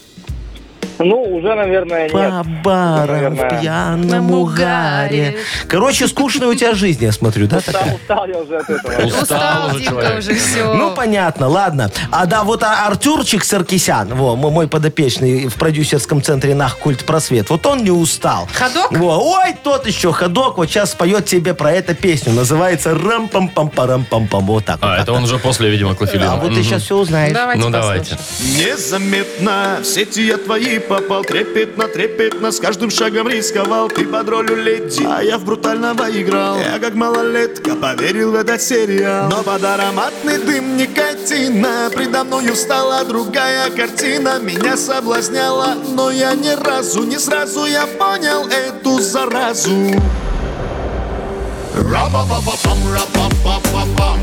[SPEAKER 6] Ну, уже, наверное, нет.
[SPEAKER 4] По барам в
[SPEAKER 6] Наверное.
[SPEAKER 4] пьяном
[SPEAKER 3] Нам
[SPEAKER 4] угаре.
[SPEAKER 3] угаре.
[SPEAKER 4] Короче, скучная у тебя жизнь, я смотрю, да? такая?
[SPEAKER 6] Устал, устал я уже от этого.
[SPEAKER 3] Устал, Димка, уже все.
[SPEAKER 4] Ну, понятно, ладно. А да, вот а, Артюрчик Саркисян, во, мо- мой подопечный в продюсерском центре «Нах Культ Просвет», вот он не устал.
[SPEAKER 3] Ходок?
[SPEAKER 4] Во, ой, тот еще ходок, вот сейчас споет тебе про эту песню. Называется рам пам пам парам пам пам Вот так
[SPEAKER 2] А,
[SPEAKER 4] вот.
[SPEAKER 2] это он уже после, видимо,
[SPEAKER 4] А
[SPEAKER 2] «Клофелина».
[SPEAKER 4] вот ты
[SPEAKER 2] Мгм.
[SPEAKER 4] сейчас все узнаешь.
[SPEAKER 3] Давайте
[SPEAKER 2] Ну, давайте.
[SPEAKER 3] послушаем.
[SPEAKER 7] Незаметно в сети я твои попал Трепетно, трепетно, с каждым шагом рисковал Ты под ролью леди, а я в брутального играл Я как малолетка поверил в этот сериал Но под ароматный дым никотина Предо мною встала другая картина Меня соблазняла, но я ни разу, не сразу Я понял эту заразу Ра-ба-ба-ба-бам, ра-ба-ба-ба-бам.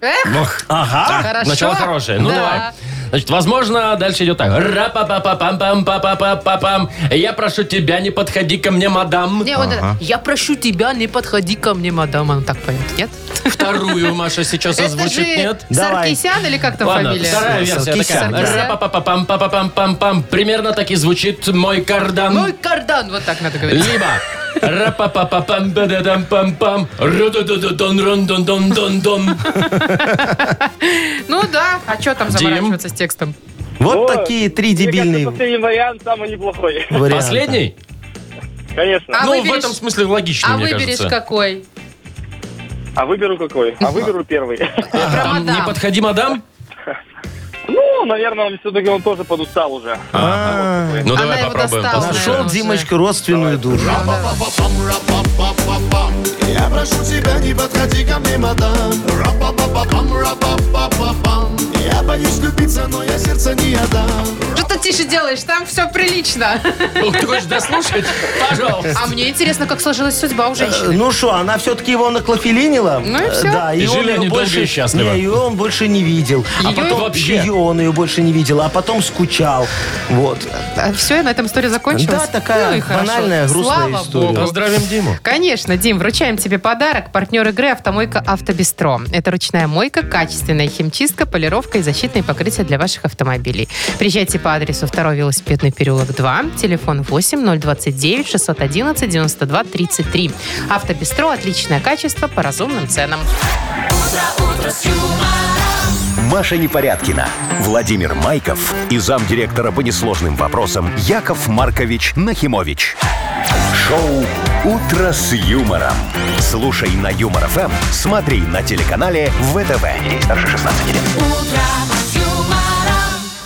[SPEAKER 3] Эх,
[SPEAKER 4] Ага.
[SPEAKER 3] хорошо.
[SPEAKER 2] Начало хорошее. Ну,
[SPEAKER 3] Да.
[SPEAKER 2] давай. Значит, возможно, дальше идет так. ра па па па пам пам па па па па пам Я прошу тебя, не подходи ко мне, мадам.
[SPEAKER 3] Не, вот это, я прошу тебя, не подходи ко мне, мадам. Она так поет, нет?
[SPEAKER 2] Вторую Маша сейчас озвучит, нет?
[SPEAKER 3] Это же
[SPEAKER 4] Давай.
[SPEAKER 3] Саркисян или как там
[SPEAKER 2] Ладно,
[SPEAKER 3] фамилия?
[SPEAKER 2] вторая версия
[SPEAKER 4] Саркисян,
[SPEAKER 3] да.
[SPEAKER 2] такая. Ра-па-па-па-пам-па-па-пам-пам-пам. Примерно так и звучит мой кардан.
[SPEAKER 3] Ну и кардан, вот так надо говорить.
[SPEAKER 2] Либо Ра-па-па-па-пам, ба-да-дам, пам-пам, ру-ду-ду-ду-дон, рун-дун-дун-дун-дун.
[SPEAKER 3] Ну да, а что там
[SPEAKER 2] Дим?
[SPEAKER 3] заморачиваться с текстом?
[SPEAKER 4] Вот
[SPEAKER 6] О,
[SPEAKER 4] такие три
[SPEAKER 6] мне
[SPEAKER 4] дебильные
[SPEAKER 6] кажется, последний вариант самый неплохой.
[SPEAKER 4] варианты.
[SPEAKER 2] Последний?
[SPEAKER 6] Конечно.
[SPEAKER 3] А
[SPEAKER 2] ну, в
[SPEAKER 3] выберешь-
[SPEAKER 2] этом смысле логично,
[SPEAKER 3] А
[SPEAKER 2] мне
[SPEAKER 3] выберешь
[SPEAKER 2] кажется.
[SPEAKER 3] какой?
[SPEAKER 6] А выберу какой? А выберу первый.
[SPEAKER 3] Про
[SPEAKER 2] Там не
[SPEAKER 3] мадам.
[SPEAKER 2] подходи, мадам?
[SPEAKER 6] Ну, наверное, он все-таки он тоже подустал уже.
[SPEAKER 2] Ну,
[SPEAKER 3] Она
[SPEAKER 2] давай
[SPEAKER 3] его
[SPEAKER 2] попробуем.
[SPEAKER 3] достала,
[SPEAKER 2] послушаем.
[SPEAKER 4] Нашел
[SPEAKER 3] Уже.
[SPEAKER 4] А, Димочка родственную душу.
[SPEAKER 7] Ра-па-па-пам-ра-па-па-па-пам. Я прошу тебя, не подходи ко мне, мадам Ра-па-па-па-пам, ра-па-па-па-пам. Я боюсь влюбиться, но я сердце не отдам
[SPEAKER 3] Что ты тише делаешь? Там все прилично.
[SPEAKER 2] Ну, Ты хочешь дослушать? Пожалуйста.
[SPEAKER 3] А мне интересно, как сложилась судьба у
[SPEAKER 4] Э,
[SPEAKER 3] женщины.
[SPEAKER 4] Ну что, она все-таки его наклофелинила.
[SPEAKER 3] Ну и
[SPEAKER 4] Э,
[SPEAKER 3] всё.
[SPEAKER 4] Да,
[SPEAKER 2] И
[SPEAKER 4] и, он
[SPEAKER 2] жили они
[SPEAKER 4] ее
[SPEAKER 2] долго и
[SPEAKER 4] больше...
[SPEAKER 2] счастливо.
[SPEAKER 4] Не, и он больше не видел.
[SPEAKER 2] Её
[SPEAKER 4] а потом
[SPEAKER 2] вообще?
[SPEAKER 4] Ее он ее больше не видел, а потом скучал. Вот.
[SPEAKER 3] Все, Э, и на этом история закончилась.
[SPEAKER 4] Да, такая
[SPEAKER 3] Ну и хорошо.
[SPEAKER 4] банальная, грустная
[SPEAKER 3] Слава
[SPEAKER 4] история.
[SPEAKER 3] Богу.
[SPEAKER 2] Поздравим Диму.
[SPEAKER 3] Конечно, Дим, вручаем тебе подарок. Партнер игры «Автомойка Автобестро». Это ручная мойка, качественная химчистка, полировка и защитные покрытия для ваших автомобилей. Приезжайте по адресу 2 велосипедный переулок 2, телефон 8 029 611 92 33. «Автобестро» – отличное качество по разумным ценам.
[SPEAKER 1] Маша Непорядкина, Владимир Майков и замдиректора по несложным вопросам Яков Маркович Нахимович. Шоу «Утро с юмором». Слушай на Юмор ФМ, смотри на телеканале ВТВ. Ей старше 16 лет.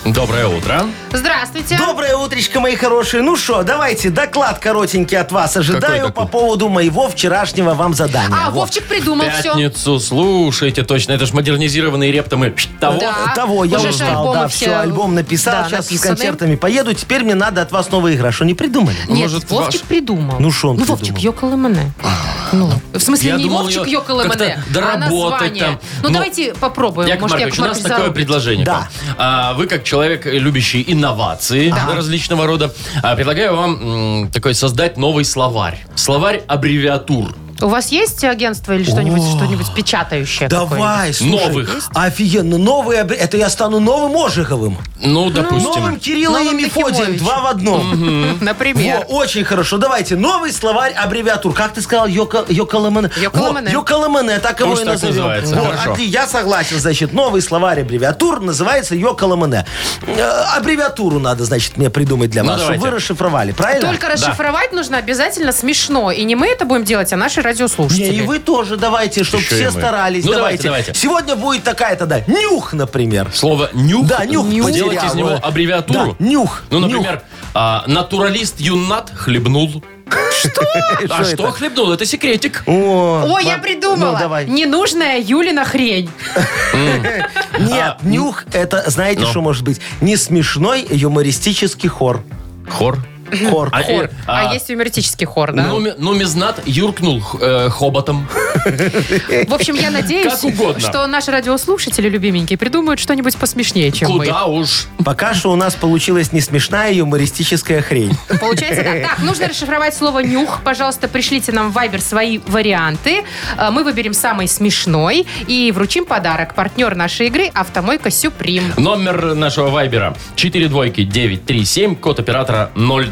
[SPEAKER 2] Доброе утро.
[SPEAKER 3] Здравствуйте.
[SPEAKER 4] Доброе утречко, мои хорошие. Ну что, давайте доклад коротенький от вас ожидаю
[SPEAKER 2] Какой
[SPEAKER 4] по
[SPEAKER 2] такой?
[SPEAKER 4] поводу моего вчерашнего вам задания.
[SPEAKER 3] А,
[SPEAKER 4] Вот.
[SPEAKER 3] Вовчик придумал все.
[SPEAKER 2] Пятницу, слушайте, точно. Это же модернизированные рептомы того.
[SPEAKER 3] Да.
[SPEAKER 4] Того я
[SPEAKER 3] Уже же
[SPEAKER 4] узнал,
[SPEAKER 3] альбомы
[SPEAKER 4] да,
[SPEAKER 3] все,
[SPEAKER 4] все, альбом написал,
[SPEAKER 3] да,
[SPEAKER 4] сейчас с
[SPEAKER 3] написаны.
[SPEAKER 4] концертами поеду, теперь мне надо от вас новая игра, что не придумали?
[SPEAKER 3] Нет,
[SPEAKER 2] Может,
[SPEAKER 3] Вовчик
[SPEAKER 2] ваш?
[SPEAKER 3] придумал.
[SPEAKER 4] Ну, шо он
[SPEAKER 3] Ну,
[SPEAKER 4] придумал?
[SPEAKER 3] Вовчик Йокол Эмэне. Ну, в смысле,
[SPEAKER 2] Я
[SPEAKER 3] не
[SPEAKER 2] думал,
[SPEAKER 3] Вовчик
[SPEAKER 2] её
[SPEAKER 3] Йокол Эмэне,
[SPEAKER 2] как-то
[SPEAKER 3] а
[SPEAKER 2] доработать
[SPEAKER 3] название.
[SPEAKER 2] там.
[SPEAKER 3] Ну,
[SPEAKER 2] Ну,
[SPEAKER 3] давайте попробуем.
[SPEAKER 2] Яков
[SPEAKER 3] Может,
[SPEAKER 2] Маркович, у нас
[SPEAKER 3] Маркович
[SPEAKER 2] такое
[SPEAKER 3] зарубит.
[SPEAKER 2] предложение. к вам.
[SPEAKER 4] Да.
[SPEAKER 2] А, вы, как человек, любящий инновации различного рода, а, предлагаю вам м, такой создать новый словарь. Словарь аббревиатур.
[SPEAKER 3] У вас есть агентство или что-нибудь, что-нибудь печатающее? какое-нибудь?
[SPEAKER 4] Давай, слушай,
[SPEAKER 2] Новых.
[SPEAKER 4] Офигенно, новые, обре- это я стану новым Ожеговым.
[SPEAKER 2] Ну, допустим.
[SPEAKER 4] Новым Кирилла
[SPEAKER 3] Новым
[SPEAKER 4] и Мефодием,
[SPEAKER 3] Нахимовичем.
[SPEAKER 4] два в одном. Во,
[SPEAKER 3] Например.
[SPEAKER 4] очень хорошо. Давайте, новый словарь аббревиатур. Как ты сказал, Йока- Йокаламане?
[SPEAKER 3] Йокаламане.
[SPEAKER 4] Во, Йокаламане, так его
[SPEAKER 2] Пусть
[SPEAKER 4] и
[SPEAKER 2] так
[SPEAKER 4] назовем.
[SPEAKER 2] называется,
[SPEAKER 4] Во,
[SPEAKER 2] хорошо.
[SPEAKER 4] а ты- я согласен, значит, новый словарь аббревиатур называется Йокаламане. Э, Аббревиатуру надо, значит, мне придумать для
[SPEAKER 2] Ну,
[SPEAKER 4] вас, чтобы
[SPEAKER 2] давайте.
[SPEAKER 4] вы расшифровали, правильно?
[SPEAKER 3] Только расшифровать нужно обязательно смешно. И не мы это будем делать, а наши
[SPEAKER 4] Не,
[SPEAKER 3] радиослушатели.
[SPEAKER 4] и вы тоже давайте, чтобы
[SPEAKER 2] Еще и
[SPEAKER 4] все
[SPEAKER 2] мы.
[SPEAKER 4] старались.
[SPEAKER 2] Ну, давайте, давайте.
[SPEAKER 4] Сегодня будет такая тогда нюх, например.
[SPEAKER 2] Слово нюх.
[SPEAKER 4] Да, нюх.
[SPEAKER 2] Делать
[SPEAKER 4] потерял.
[SPEAKER 2] из него аббревиатуру.
[SPEAKER 4] Да, нюх.
[SPEAKER 2] Ну,
[SPEAKER 4] нюх.
[SPEAKER 2] например, а, натуралист Юннат хлебнул.
[SPEAKER 3] Что?
[SPEAKER 2] А что хлебнул? Это секретик.
[SPEAKER 3] Ой, я
[SPEAKER 4] Ма-
[SPEAKER 3] придумала.
[SPEAKER 4] Ну, давай.
[SPEAKER 3] Ненужная Юлина хрень.
[SPEAKER 2] А,
[SPEAKER 4] Нет,
[SPEAKER 2] ну,
[SPEAKER 4] нюх это, знаете, что может быть? Не смешной юмористический хор.
[SPEAKER 2] Хор.
[SPEAKER 4] Хор.
[SPEAKER 2] А,
[SPEAKER 3] Хор.
[SPEAKER 2] э,
[SPEAKER 3] А
[SPEAKER 2] а, Ну,
[SPEAKER 3] есть юмористический хор, да?
[SPEAKER 2] нуми- Нумизнат юркнул х- э, хоботом.
[SPEAKER 3] В общем, я надеюсь,
[SPEAKER 2] Как угодно.
[SPEAKER 3] что наши радиослушатели любименькие придумают что-нибудь посмешнее, чем
[SPEAKER 2] Куда уж.
[SPEAKER 4] Пока что у нас получилась не смешная юмористическая хрень.
[SPEAKER 3] мы. Получается так. Так, нужно расшифровать слово «нюх». Пожалуйста, пришлите нам в Вайбер свои варианты. Э, Мы выберем самый смешной и вручим подарок. Партнер нашей игры – «Автомойка Сюприм».
[SPEAKER 2] Номер нашего вайбера 4 двойки 937, код оператора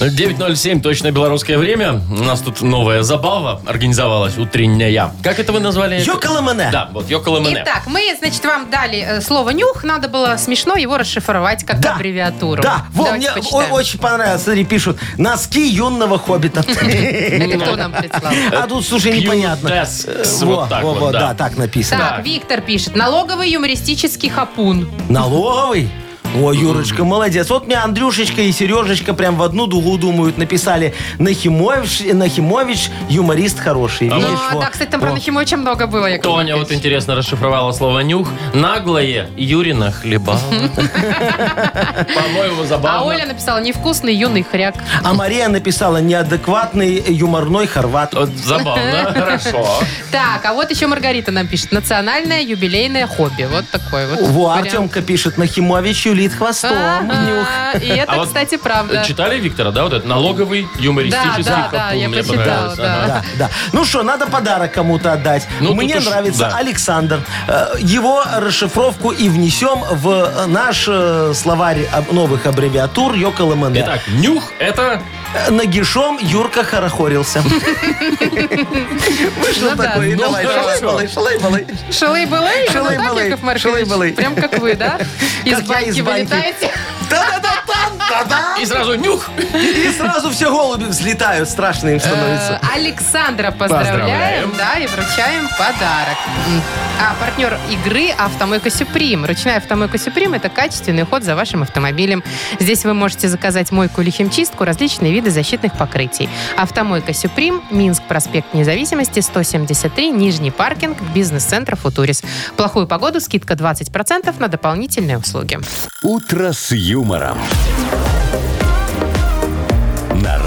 [SPEAKER 2] 9.07, точно белорусское время. У нас тут новая забава организовалась, утренняя. Как это вы назвали?
[SPEAKER 4] Йоколомане.
[SPEAKER 2] Да, вот Йоколамане.
[SPEAKER 3] Итак, мы, значит, вам дали э, слово «нюх». Надо было смешно его расшифровать как
[SPEAKER 4] Да.
[SPEAKER 3] аббревиатуру.
[SPEAKER 4] Да, вот
[SPEAKER 3] Давайте
[SPEAKER 4] мне
[SPEAKER 3] почитаем.
[SPEAKER 4] о- очень понравилось. Смотри, пишут. Носки юного хоббита.
[SPEAKER 3] Это кто нам прислал?
[SPEAKER 4] А тут, слушай, непонятно.
[SPEAKER 2] Cutess.
[SPEAKER 4] Во,
[SPEAKER 2] Вот так
[SPEAKER 4] во,
[SPEAKER 2] вот,
[SPEAKER 4] во,
[SPEAKER 2] да.
[SPEAKER 4] да, так написано.
[SPEAKER 3] Так, Виктор пишет. Налоговый юмористический хапун.
[SPEAKER 4] Налоговый? О, Юрочка, молодец. Вот мне Андрюшечка и Сережечка прям в одну дугу думают. Написали Нахимович, Нахимович юморист хороший.
[SPEAKER 3] Ну,
[SPEAKER 2] а
[SPEAKER 4] Видишь, А во.
[SPEAKER 3] да, кстати, там про
[SPEAKER 4] Во.
[SPEAKER 3] Нахимовича много было. Яков
[SPEAKER 2] Тоня вот
[SPEAKER 3] Маркович.
[SPEAKER 2] интересно расшифровала слово «нюх». Наглое Юрина хлеба. По-моему,
[SPEAKER 3] А Оля
[SPEAKER 2] забавно.
[SPEAKER 3] написала «невкусный юный хряк».
[SPEAKER 4] А Мария написала неадекватный юморной хорват.
[SPEAKER 2] Вот Э, Забавно, хорошо.
[SPEAKER 3] Так, а вот еще Маргарита нам пишет. Национальное юбилейное хобби. Вот такой вот.
[SPEAKER 4] Во,
[SPEAKER 3] вариант.
[SPEAKER 4] Артемка пишет, Нахимович юлит хвостом. Нюх.
[SPEAKER 3] Ага, И
[SPEAKER 2] А
[SPEAKER 3] это,
[SPEAKER 2] вот,
[SPEAKER 3] кстати, правда.
[SPEAKER 2] Читали Виктора, да, вот этот налоговый юмористический
[SPEAKER 3] Да, да, да,
[SPEAKER 2] хохол?
[SPEAKER 3] я
[SPEAKER 2] Мне
[SPEAKER 3] прочитала,
[SPEAKER 2] понравилось,
[SPEAKER 3] да.
[SPEAKER 2] ага.
[SPEAKER 4] Да, да. Ну что, надо подарок кому-то отдать.
[SPEAKER 2] Ну,
[SPEAKER 4] Мне
[SPEAKER 2] тут уж,
[SPEAKER 4] нравится
[SPEAKER 2] да.
[SPEAKER 4] Александр. Э, Его расшифровку и внесем в наш э, словарь об- новых аббревиатур Йоколэмэне.
[SPEAKER 2] Итак, нюх – это
[SPEAKER 4] Э, Нагишом Юрка хорохорился.
[SPEAKER 3] Ну
[SPEAKER 4] Вышло
[SPEAKER 3] да.
[SPEAKER 4] такое.
[SPEAKER 2] Ну,
[SPEAKER 4] Давай,
[SPEAKER 2] хорошо.
[SPEAKER 4] шалай, балай, шалай, балай.
[SPEAKER 3] Шалай-балай, ну
[SPEAKER 4] Шалай-балай,
[SPEAKER 3] так, Яков Маркович?
[SPEAKER 4] шалай-балай.
[SPEAKER 3] Прям как вы, да? Из
[SPEAKER 4] Как я
[SPEAKER 3] баньки
[SPEAKER 4] из баньки.
[SPEAKER 3] вылетаете.
[SPEAKER 4] Да-да-да-да-да-да.
[SPEAKER 2] и сразу нюх.
[SPEAKER 4] И сразу все голуби взлетают. Страшно им становится.
[SPEAKER 3] Э, Александра поздравляем,
[SPEAKER 2] Поздравляем.
[SPEAKER 3] да, и вручаем подарок. М. А партнер игры «Автомойка Сюприм». Ручная «Автомойка Сюприм» — это качественный уход за вашим автомобилем. Здесь вы можете заказать мойку или химчистку, различные виды защитных покрытий. «Автомойка Сюприм», Минск, проспект Независимости, 173, Нижний паркинг, бизнес-центр «Футурис». В плохую погоду скидка 20% на дополнительные услуги.
[SPEAKER 1] «Утро с юмором». На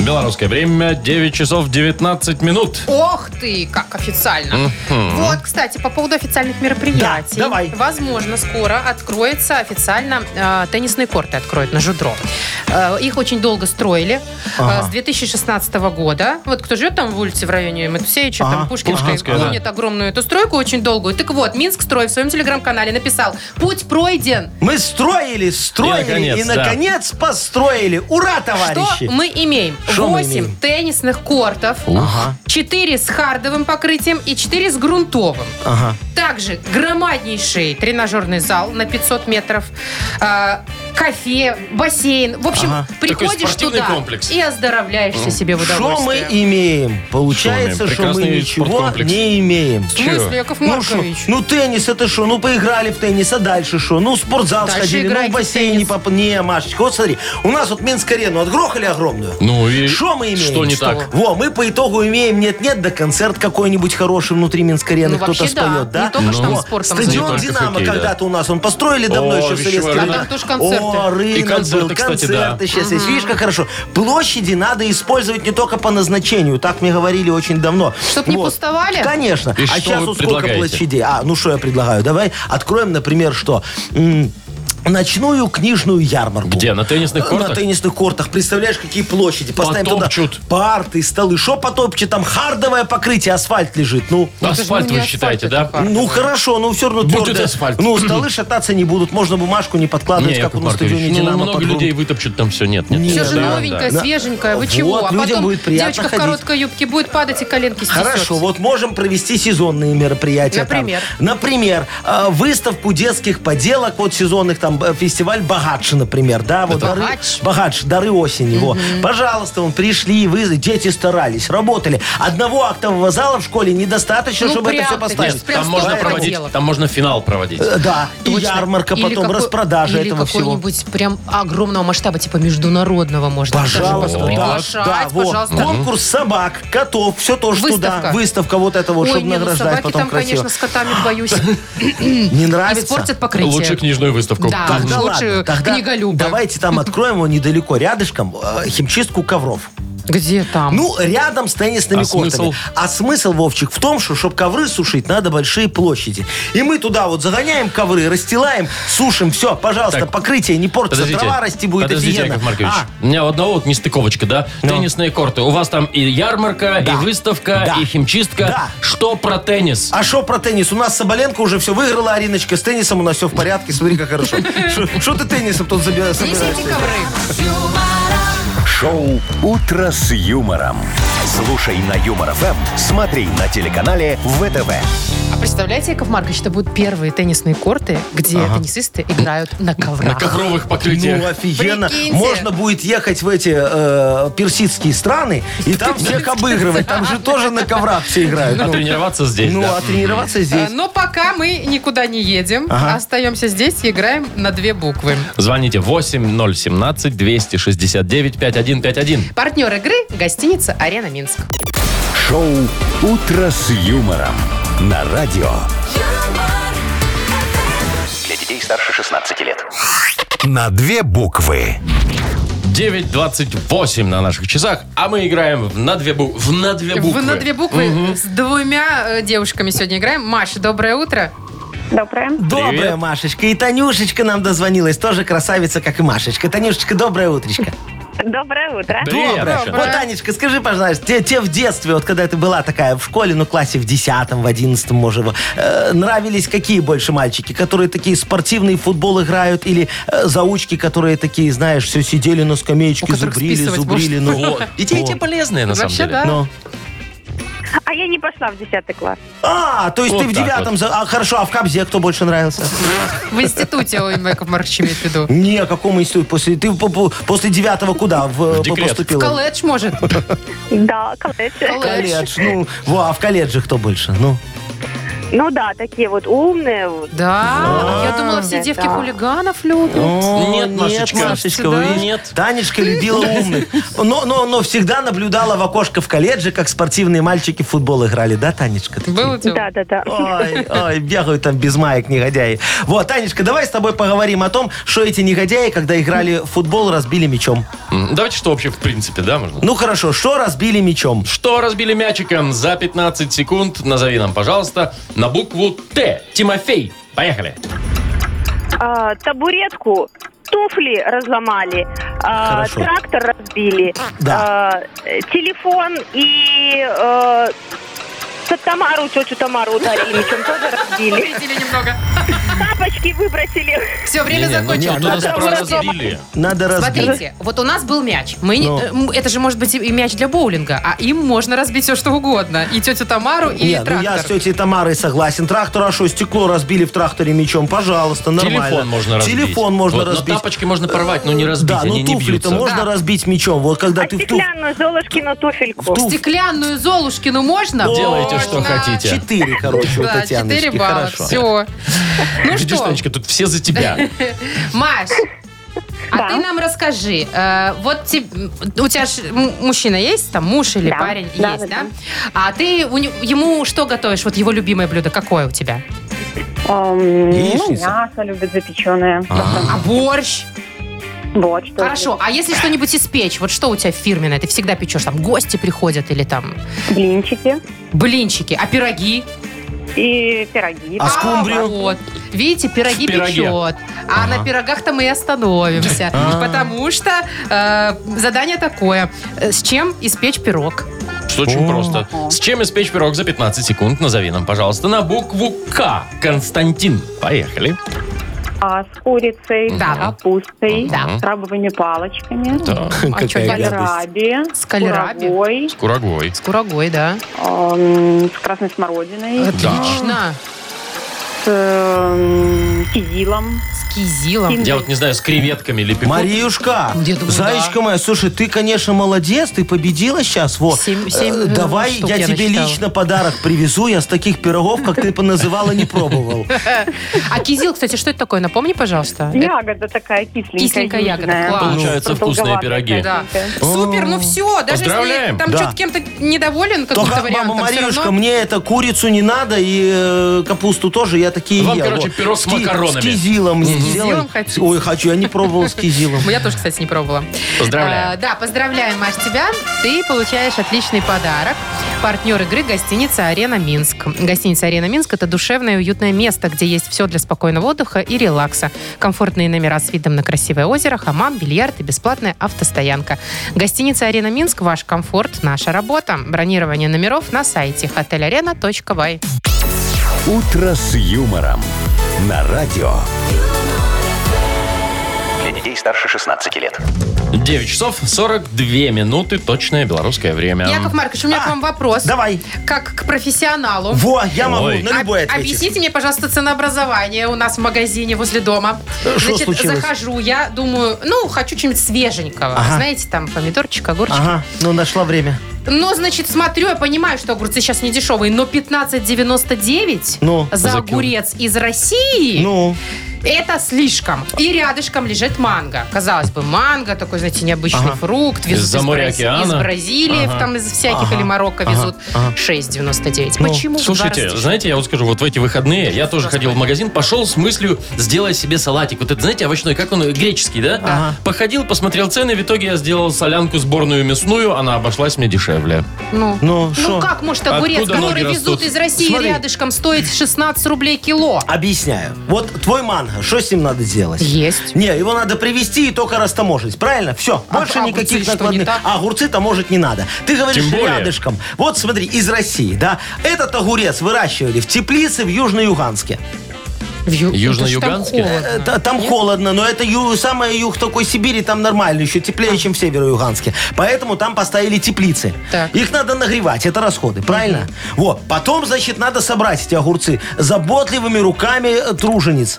[SPEAKER 2] Белорусское время 9 часов 19 минут.
[SPEAKER 3] Ох ты, как официально. Вот, кстати, по поводу официальных мероприятий.
[SPEAKER 4] Да, давай.
[SPEAKER 3] Возможно, скоро откроется официально э, теннисные корты откроют на Жудро. Э, их очень долго строили.
[SPEAKER 4] Ага.
[SPEAKER 3] э, с 2016 готкода. Вот кто живет там в улице в районе Матусевича, там
[SPEAKER 4] Ага,
[SPEAKER 3] Пушкинская,
[SPEAKER 2] Пушкинская, да.
[SPEAKER 3] помнит огромную эту стройку, очень долгую. Так вот, Минск Строй в своем телеграм-канале написал «Путь пройден».
[SPEAKER 4] Мы строили, строили
[SPEAKER 2] И
[SPEAKER 4] и,
[SPEAKER 2] наконец, да.
[SPEAKER 4] наконец, построили. Ура, товарищи!
[SPEAKER 3] Что мы имеем?
[SPEAKER 4] Что мы
[SPEAKER 3] 8
[SPEAKER 4] имеем?
[SPEAKER 3] теннисных кортов, 4 с хардовым покрытием и 4 с грунтовым.
[SPEAKER 4] Ага.
[SPEAKER 3] Также громаднейший тренажерный зал на 500 метров, э, кафе, бассейн. В общем,
[SPEAKER 4] Ага.
[SPEAKER 3] приходишь
[SPEAKER 2] Такой спортивный
[SPEAKER 3] туда
[SPEAKER 2] комплекс.
[SPEAKER 3] и оздоровляешься себе в
[SPEAKER 4] Что мы
[SPEAKER 3] удовольствие.
[SPEAKER 4] имеем? Получается,
[SPEAKER 2] Шо
[SPEAKER 4] что мы
[SPEAKER 2] имеем? Прекрасный
[SPEAKER 4] ничего
[SPEAKER 2] спорткомплекс.
[SPEAKER 4] не имеем.
[SPEAKER 3] В смысле, Яков
[SPEAKER 4] Ну шо,
[SPEAKER 3] Маркович?
[SPEAKER 4] ну теннис это что? Ну поиграли в теннис, а дальше что? Ну в спортзал
[SPEAKER 3] Дальше
[SPEAKER 4] сходили, ну
[SPEAKER 3] играйте
[SPEAKER 4] в
[SPEAKER 3] в
[SPEAKER 4] бассейн не
[SPEAKER 3] теннис.
[SPEAKER 4] поп... Не, Машечка, вот смотри, у нас вот Минск-арену отгрохали огромную.
[SPEAKER 2] Ну и
[SPEAKER 4] Что мы имеем?
[SPEAKER 2] Что не так?
[SPEAKER 4] Во, мы по итогу имеем нет-нет, да концерт какой-нибудь хороший внутри Минск-арены
[SPEAKER 3] Ну,
[SPEAKER 4] кто-то
[SPEAKER 3] вообще да.
[SPEAKER 4] споет, да?
[SPEAKER 3] Не только ж там
[SPEAKER 4] Во,
[SPEAKER 3] спортом
[SPEAKER 4] Стадион
[SPEAKER 2] занимаются. Не только
[SPEAKER 4] «Динамо»
[SPEAKER 2] хоккей, да.
[SPEAKER 4] когда-то у нас, он построили давно
[SPEAKER 2] О,
[SPEAKER 4] еще в
[SPEAKER 2] вещевой
[SPEAKER 4] советские
[SPEAKER 2] рынок.
[SPEAKER 4] времена.
[SPEAKER 3] А там тоже концерты.
[SPEAKER 4] О, рынок
[SPEAKER 2] И концерты,
[SPEAKER 4] был,
[SPEAKER 2] кстати, да.
[SPEAKER 4] концерты сейчас есть. Видишь, как хорошо. Площади надо использовать не только по назначению, так мне говорили очень давно.
[SPEAKER 3] Чтоб не пустовали?
[SPEAKER 4] Конечно.
[SPEAKER 2] И
[SPEAKER 4] а
[SPEAKER 2] что
[SPEAKER 4] сейчас
[SPEAKER 2] вы
[SPEAKER 4] вот сколько
[SPEAKER 2] предлагаете?
[SPEAKER 4] площадей? А, ну что я предлагаю? Давай откроем, например, что? М, Ночную книжную ярмарку. Э,
[SPEAKER 2] Где, на теннисных
[SPEAKER 4] На
[SPEAKER 2] кортах?
[SPEAKER 4] теннисных кортах. Представляешь, какие площади. Поставим
[SPEAKER 2] Потопчут.
[SPEAKER 4] туда парты, столы. Шо потопчут? Там хардовое покрытие, асфальт лежит. Ну,
[SPEAKER 2] Асфальт
[SPEAKER 3] Ну, не
[SPEAKER 2] вы
[SPEAKER 3] асфальт
[SPEAKER 2] считаете,
[SPEAKER 3] это
[SPEAKER 2] да?
[SPEAKER 3] как?
[SPEAKER 4] ну хорошо, ну все равно
[SPEAKER 2] Будет
[SPEAKER 4] твердое.
[SPEAKER 2] асфальт.
[SPEAKER 4] Ну, столы шататься не будут. Можно бумажку не подкладывать,
[SPEAKER 2] Не,
[SPEAKER 4] как
[SPEAKER 2] Яков
[SPEAKER 4] у нас в стадионе
[SPEAKER 2] Маркович, ну,
[SPEAKER 4] «Динамо»
[SPEAKER 2] много
[SPEAKER 4] под грунт.
[SPEAKER 2] людей вытопчут, там все нет. нет,
[SPEAKER 4] Не,
[SPEAKER 3] Все
[SPEAKER 2] нет.
[SPEAKER 3] же
[SPEAKER 4] да,
[SPEAKER 3] новенькое,
[SPEAKER 4] да.
[SPEAKER 3] свеженькое. Вы
[SPEAKER 4] Вот,
[SPEAKER 3] чего? а
[SPEAKER 4] людям
[SPEAKER 3] потом
[SPEAKER 4] будет приятно
[SPEAKER 3] девочка в
[SPEAKER 4] ходить.
[SPEAKER 3] короткой юбке будет падать, и коленки стесет.
[SPEAKER 4] Хорошо, вот можем провести сезонные мероприятия. там.
[SPEAKER 3] Например?
[SPEAKER 4] Например, э, выставку детских поделок, вот сезонных там там э, фестиваль богатше, например, да, вот дары,
[SPEAKER 3] Богач?
[SPEAKER 4] «Богач», дары осени, его. Пожалуйста, он пришли, вы, дети старались, работали. Одного актового зала в школе недостаточно,
[SPEAKER 3] Ну,
[SPEAKER 4] чтобы это
[SPEAKER 3] прям
[SPEAKER 4] все
[SPEAKER 3] ты,
[SPEAKER 4] поставить.
[SPEAKER 3] Нет, прям
[SPEAKER 2] Там можно
[SPEAKER 3] столько
[SPEAKER 2] проводить,
[SPEAKER 3] проделок.
[SPEAKER 2] там можно финал проводить.
[SPEAKER 4] Э, Да, и
[SPEAKER 3] Точно.
[SPEAKER 4] ярмарка,
[SPEAKER 3] Или
[SPEAKER 4] потом
[SPEAKER 3] какой-
[SPEAKER 4] распродажа
[SPEAKER 3] или
[SPEAKER 4] этого всего.
[SPEAKER 3] какой-нибудь прям огромного масштаба, типа международного, может
[SPEAKER 2] Даже
[SPEAKER 4] Пожалуйста, да,
[SPEAKER 2] приглашать,
[SPEAKER 4] да, вот.
[SPEAKER 3] пожалуйста.
[SPEAKER 4] Конкурс собак, котов, все тоже
[SPEAKER 3] Выставка.
[SPEAKER 4] туда. Выставка вот этого,
[SPEAKER 3] Ой,
[SPEAKER 4] чтобы
[SPEAKER 3] не, ну
[SPEAKER 4] награждать
[SPEAKER 3] собаки
[SPEAKER 4] потом
[SPEAKER 3] там,
[SPEAKER 4] красиво.
[SPEAKER 3] конечно, с котами боюсь.
[SPEAKER 4] Не нравится?
[SPEAKER 3] Испортят покрытие.
[SPEAKER 2] Лучше книжную выставку.
[SPEAKER 3] Да.
[SPEAKER 2] Как-
[SPEAKER 4] Тогда
[SPEAKER 3] Лучше
[SPEAKER 4] ладно, тогда
[SPEAKER 3] книголюбы.
[SPEAKER 4] давайте там откроем его недалеко, рядышком, э, химчистку ковров.
[SPEAKER 3] Где там?
[SPEAKER 4] Ну, рядом с теннисными
[SPEAKER 2] А
[SPEAKER 4] кортами.
[SPEAKER 2] смысл?
[SPEAKER 4] А смысл, Вовчик, в том, что, чтобы ковры сушить, надо большие площади. И мы туда вот загоняем ковры, расстилаем, сушим, все, пожалуйста,
[SPEAKER 2] Так,
[SPEAKER 4] покрытие не портится, трава расти будет
[SPEAKER 2] подождите,
[SPEAKER 4] офигенно.
[SPEAKER 2] Яков Маркович.
[SPEAKER 4] А, Ну.
[SPEAKER 2] У меня у одного вот нестыковочка, да? Теннисные корты. У вас там и ярмарка, и выставка,
[SPEAKER 4] Да.
[SPEAKER 2] и химчистка.
[SPEAKER 4] Да.
[SPEAKER 2] Что про теннис?
[SPEAKER 4] А что про теннис? У нас Соболенко уже все выиграла, Ариночка. С теннисом у нас все в порядке. Смотри, как хорошо. Что ты теннисом тут заби- собираешься?
[SPEAKER 3] Несите ковры.
[SPEAKER 1] Шоу «Утро с юмором». Слушай на Юмор ФМ, смотри на телеканале ВТВ.
[SPEAKER 3] А представляете, Яков Маркович, это будут первые теннисные корты, где теннисисты играют
[SPEAKER 2] На
[SPEAKER 3] на коврах.
[SPEAKER 2] ковровых покрытиях.
[SPEAKER 4] Ну, офигенно.
[SPEAKER 3] Прикиньте.
[SPEAKER 4] Можно будет ехать в эти э, персидские страны и там всех обыгрывать. Там же тоже на коврах все играют.
[SPEAKER 2] А
[SPEAKER 4] Ну,
[SPEAKER 2] тренироваться здесь,
[SPEAKER 4] Ну,
[SPEAKER 2] да.
[SPEAKER 4] а тренироваться
[SPEAKER 3] Э,
[SPEAKER 4] здесь.
[SPEAKER 3] Но пока мы никуда не едем, остаемся здесь и играем на две буквы.
[SPEAKER 2] Звоните 8017-269-5151.
[SPEAKER 3] Партнер игры – гостиница «Арена Минск».
[SPEAKER 1] Шоу «Утро с юмором» на радио.
[SPEAKER 5] Для детей старше 16 лет.
[SPEAKER 1] На две буквы.
[SPEAKER 2] 9.28 на наших часах, а мы играем в на две, бу- в на две буквы.
[SPEAKER 3] В на А две буквы с двумя э, девушками сегодня играем. Маша, доброе утро.
[SPEAKER 8] Доброе.
[SPEAKER 4] Добрая
[SPEAKER 2] Привет.
[SPEAKER 4] Машечка. И Танюшечка нам дозвонилась. Тоже красавица, как и Машечка. Танюшечка, доброе утречко.
[SPEAKER 8] Доброе утро.
[SPEAKER 2] Привет,
[SPEAKER 4] Доброе.
[SPEAKER 2] Маша.
[SPEAKER 4] Вот, Танечка, скажи, пожалуйста, те, те в детстве, вот когда ты была такая в школе, ну, классе в 10 в 11 может, во, э, нравились какие больше мальчики? Которые такие спортивные в футбол играют или э, заучки, которые такие, знаешь, все сидели на
[SPEAKER 3] У
[SPEAKER 4] скамеечке,
[SPEAKER 3] которых
[SPEAKER 4] зубрили,
[SPEAKER 3] списывать
[SPEAKER 4] зубрили. Ну,
[SPEAKER 2] Вот. И те, и те
[SPEAKER 4] Вот.
[SPEAKER 2] полезные, на самом
[SPEAKER 3] Вообще,
[SPEAKER 2] деле.
[SPEAKER 3] да.
[SPEAKER 4] ну.
[SPEAKER 8] А я не пошла в 10 класс.
[SPEAKER 4] А, то есть
[SPEAKER 2] Вот
[SPEAKER 4] ты в
[SPEAKER 2] так
[SPEAKER 4] девятом...
[SPEAKER 2] вот.
[SPEAKER 4] за- А, хорошо, а в Кабзе кто больше нравился?
[SPEAKER 3] В институте, ой, Яков Маркович имеет в виду.
[SPEAKER 4] Не, какому институту? После, ты по- по- после девятого куда в,
[SPEAKER 2] В декрет.
[SPEAKER 4] поступила?
[SPEAKER 3] В колледж, может?
[SPEAKER 8] Да, колледж.
[SPEAKER 3] Колледж.
[SPEAKER 4] Колледж. Ну, во, а в колледже кто больше? Ну,
[SPEAKER 8] Ну да, такие вот умные. вот.
[SPEAKER 3] Да, я думала, все
[SPEAKER 8] Да.
[SPEAKER 3] девки хулиганов любят.
[SPEAKER 4] О,
[SPEAKER 2] Нет, Машечка.
[SPEAKER 4] Машечка,
[SPEAKER 3] Да.
[SPEAKER 4] вы видите?
[SPEAKER 2] Нет.
[SPEAKER 4] Танечка любила умных. Но, но, но всегда наблюдала в окошко в колледже, как спортивные мальчики в футбол играли, да, Танечка? такие?
[SPEAKER 3] Было дело?
[SPEAKER 8] Да, да, да.
[SPEAKER 4] Ой, ой, бегают там без маек негодяи. Вот, Танечка, давай с тобой поговорим о том, что эти негодяи, когда играли в футбол, разбили мячом.
[SPEAKER 2] М, Давайте что вообще в принципе, да, можно?
[SPEAKER 4] Ну хорошо, что разбили мячом?
[SPEAKER 2] Что разбили мячиком за 15 секунд? Назови нам, пожалуйста, на букву Т. Тимофей. Поехали.
[SPEAKER 8] А, табуретку, туфли разломали, а,
[SPEAKER 4] Хорошо.
[SPEAKER 8] трактор разбили,
[SPEAKER 4] Да.
[SPEAKER 8] а, э, телефон и э, т- Тамару, тетю Тамару ударили, мечом тоже разбили.
[SPEAKER 3] Видели немного.
[SPEAKER 8] Тапочки выбросили.
[SPEAKER 3] Все,
[SPEAKER 2] Не, не,
[SPEAKER 3] время
[SPEAKER 2] ну нет,
[SPEAKER 3] закончилось.
[SPEAKER 2] тут нас
[SPEAKER 4] надо
[SPEAKER 2] про
[SPEAKER 3] просто-
[SPEAKER 2] разбили.
[SPEAKER 4] Надо разбить.
[SPEAKER 3] Смотрите, вот у нас был мяч. Мы не-
[SPEAKER 4] Ну.
[SPEAKER 3] э, м, Это же может быть и- и мяч для боулинга, а им можно разбить все, что угодно. И тетю Тамару, и
[SPEAKER 4] Не, ну я с
[SPEAKER 3] трактор.
[SPEAKER 4] тетей Тамарой согласен. Трактор, а что, стекло разбили в тракторе мечом? Пожалуйста, нормально.
[SPEAKER 2] Телефон можно разбить.
[SPEAKER 4] Телефон можно
[SPEAKER 2] Вот, но
[SPEAKER 4] разбить.
[SPEAKER 2] тапочки можно порвать, но не разбить,
[SPEAKER 4] Да,
[SPEAKER 2] они
[SPEAKER 4] ну
[SPEAKER 2] не бьются.
[SPEAKER 4] туфли-то
[SPEAKER 3] Да.
[SPEAKER 4] можно разбить мечом. Вот когда
[SPEAKER 8] А
[SPEAKER 4] ты в туф...
[SPEAKER 8] стеклянную Золушкину туфельку.
[SPEAKER 4] туф-
[SPEAKER 3] Стеклянную Золушкину можно?
[SPEAKER 2] Делайте, что
[SPEAKER 3] Можно.
[SPEAKER 2] хотите.
[SPEAKER 4] Четыре, короче, у
[SPEAKER 3] Да,
[SPEAKER 4] Татьяночки.
[SPEAKER 3] 4 балла,
[SPEAKER 4] Хорошо.
[SPEAKER 3] все. Ну
[SPEAKER 2] Видишь,
[SPEAKER 3] что,
[SPEAKER 2] Танечка, тут все за тебя.
[SPEAKER 3] Маш, а
[SPEAKER 8] Да.
[SPEAKER 3] ты нам расскажи, э, вот те- м, у тебя ж м- мужчина есть, там муж или
[SPEAKER 8] Да.
[SPEAKER 3] парень
[SPEAKER 8] Да,
[SPEAKER 3] есть, да?
[SPEAKER 8] да,
[SPEAKER 3] А ты у не- ему что готовишь? Вот его любимое блюдо какое у тебя?
[SPEAKER 8] Эм, ну,
[SPEAKER 4] Яичница?
[SPEAKER 8] мясо любят запеченное.
[SPEAKER 3] А борщ?
[SPEAKER 8] Вот что.
[SPEAKER 3] Хорошо, а если что-нибудь испечь, вот что у тебя фирменное? Ты всегда печешь, там гости приходят или там
[SPEAKER 8] Блинчики
[SPEAKER 3] блинчики, а пироги?
[SPEAKER 8] и пироги.
[SPEAKER 4] А скумбрию?
[SPEAKER 3] Вот. Видите, пироги
[SPEAKER 2] В пироге.
[SPEAKER 3] печет. А на пирогах-то мы и остановимся. Потому что э, задание такое. Э, С чем испечь пирог?
[SPEAKER 2] Что очень просто. С чем испечь пирог за 15 секунд? Назови нам, пожалуйста, на букву К. Константин. Поехали.
[SPEAKER 8] А с курицей,
[SPEAKER 3] Да.
[SPEAKER 8] с капустой,
[SPEAKER 3] Да.
[SPEAKER 8] с крабовыми палочками,
[SPEAKER 2] Так,
[SPEAKER 4] Какая
[SPEAKER 3] чё,
[SPEAKER 8] с
[SPEAKER 4] гадость.
[SPEAKER 8] кальраби,
[SPEAKER 3] С кальраби?
[SPEAKER 8] курагой,
[SPEAKER 2] с курагой.
[SPEAKER 3] С курагой, да.
[SPEAKER 8] эм, с красной смородиной,
[SPEAKER 3] Отлично.
[SPEAKER 8] с эм, кизилом.
[SPEAKER 3] С кизилом.
[SPEAKER 2] Я вот не знаю, с креветками или пекут.
[SPEAKER 4] Мариюшка,
[SPEAKER 3] Я думаю,
[SPEAKER 4] зайчка
[SPEAKER 3] да.
[SPEAKER 4] моя, слушай, ты, конечно, молодец, ты победила сейчас, вот.
[SPEAKER 3] Семь- семь,
[SPEAKER 4] Э,
[SPEAKER 3] э,
[SPEAKER 4] Давай
[SPEAKER 3] штук
[SPEAKER 4] я
[SPEAKER 3] я
[SPEAKER 4] тебе
[SPEAKER 3] насчитала.
[SPEAKER 4] лично подарок привезу, я с таких пирогов, как ты поназывала, не пробовал.
[SPEAKER 3] А кизил, кстати, что это такое? Напомни, пожалуйста.
[SPEAKER 8] Ягода такая кисленькая.
[SPEAKER 3] Кисленькая ягода,
[SPEAKER 8] южная.
[SPEAKER 4] ну,
[SPEAKER 3] класс.
[SPEAKER 2] Получаются вкусные пироги.
[SPEAKER 3] Да.
[SPEAKER 8] Сладенькая.
[SPEAKER 3] Супер, ну все, даже если
[SPEAKER 2] Поздравляем.
[SPEAKER 3] там
[SPEAKER 4] Да.
[SPEAKER 3] что-то кем-то недоволен,
[SPEAKER 4] То
[SPEAKER 3] каким-то
[SPEAKER 4] как, мама
[SPEAKER 3] вариантом, все
[SPEAKER 4] Мариюшка,
[SPEAKER 3] равно...
[SPEAKER 4] мне это курицу не надо и э, капусту тоже, я такие
[SPEAKER 2] Вам,
[SPEAKER 4] ел,
[SPEAKER 2] короче,
[SPEAKER 4] вот.
[SPEAKER 2] пирог с
[SPEAKER 4] ки-
[SPEAKER 2] макаронами.
[SPEAKER 4] С кизилом мне
[SPEAKER 3] кизилом
[SPEAKER 4] сделай.
[SPEAKER 3] хотите?
[SPEAKER 4] Ой, хочу, я не пробовал с кизилом.
[SPEAKER 3] Ну, Я тоже, кстати, не пробовала.
[SPEAKER 2] Поздравляем.
[SPEAKER 3] А, да, поздравляем, Маш, тебя. Ты получаешь отличный подарок. Партнер игры – гостиница «Арена Минск». Гостиница «Арена Минск» – это душевное и уютное место, где есть все для спокойного отдыха и релакса. Комфортные номера с видом на красивое озеро, хамам, бильярд и бесплатная автостоянка. Гостиница «Арена Минск» – ваш комфорт, наша работа. Бронирование номеров на сайте hotelarena.by.
[SPEAKER 1] «Утро с юмором» на радио.
[SPEAKER 5] Для детей старше 16 лет.
[SPEAKER 2] 9 часов 42 минуты, точное белорусское время.
[SPEAKER 3] Яков Маркович, у меня к вам вопрос.
[SPEAKER 4] Давай.
[SPEAKER 3] Как к профессионалу.
[SPEAKER 4] Во, я могу
[SPEAKER 2] Ой.
[SPEAKER 4] на любой
[SPEAKER 3] Об-
[SPEAKER 4] ответить.
[SPEAKER 3] Объясните мне, пожалуйста, ценообразование у нас в магазине возле дома.
[SPEAKER 4] Э, шо
[SPEAKER 3] Значит,
[SPEAKER 4] случилось?
[SPEAKER 3] захожу я, думаю, ну, хочу чего-нибудь свеженького.
[SPEAKER 4] Ага.
[SPEAKER 3] Знаете, там помидорчик, огурчик.
[SPEAKER 4] Ага, ну нашла время.
[SPEAKER 3] Но, значит, смотрю, я понимаю, что огурцы сейчас не дешевые, но 15,99
[SPEAKER 4] Ну,
[SPEAKER 3] за,
[SPEAKER 2] за кило.
[SPEAKER 3] огурец из России,
[SPEAKER 4] Ну,
[SPEAKER 3] это слишком. И рядышком лежит манго. Казалось бы, манго, такой, знаете, необычный
[SPEAKER 4] Ага.
[SPEAKER 3] фрукт. везут
[SPEAKER 2] Из-за моря
[SPEAKER 3] Бразилии,
[SPEAKER 2] океана?
[SPEAKER 3] Из Бразилии,
[SPEAKER 2] Ага.
[SPEAKER 3] там из всяких, или Марокко везут. 6,99.
[SPEAKER 4] Ну.
[SPEAKER 3] Почему? в два раза
[SPEAKER 2] Слушайте,
[SPEAKER 3] дешевле?
[SPEAKER 2] знаете, я вот скажу, вот в эти выходные я тоже ходил в магазин, пошел с мыслью сделать себе салатик. Вот это, знаете, овощной, как он, греческий, да?
[SPEAKER 4] Ага.
[SPEAKER 2] Походил, посмотрел цены, в итоге я сделал солянку сборную мясную, она обошлась мне дешевле.
[SPEAKER 3] Ну,
[SPEAKER 4] ну,
[SPEAKER 3] Ну
[SPEAKER 4] шо?
[SPEAKER 3] как может огурец,
[SPEAKER 2] Откуда
[SPEAKER 3] который
[SPEAKER 2] ноги
[SPEAKER 3] везут
[SPEAKER 2] растут?
[SPEAKER 3] из России
[SPEAKER 4] Смотри.
[SPEAKER 3] рядышком, стоит 16 рублей кило?
[SPEAKER 4] Объясняю. Вот твой манго, что с ним надо делать?
[SPEAKER 3] Есть.
[SPEAKER 4] Не, его надо привезти и только растаможить. Правильно? Все.
[SPEAKER 3] А
[SPEAKER 4] Больше
[SPEAKER 3] огурцы
[SPEAKER 4] никаких
[SPEAKER 3] что, не
[SPEAKER 4] накладных.
[SPEAKER 3] так?
[SPEAKER 4] А огурцы таможить не надо. Ты говоришь
[SPEAKER 2] Тем более.
[SPEAKER 4] рядышком. Вот смотри, из России, да? Этот огурец выращивали в теплице в Южно-Юганске.
[SPEAKER 3] В Ю-
[SPEAKER 2] Южно-Юганске?
[SPEAKER 3] Это ж
[SPEAKER 4] Э,
[SPEAKER 3] там холодно.
[SPEAKER 4] та- Там холодно, но это ю, самое юг такой Сибири, там нормально, еще теплее, чем в Северо-Юганске. Поэтому там поставили теплицы.
[SPEAKER 3] Так.
[SPEAKER 4] Их надо нагревать, это расходы, правильно? Вот. Потом, значит, надо собрать эти огурцы заботливыми руками э, тружениц.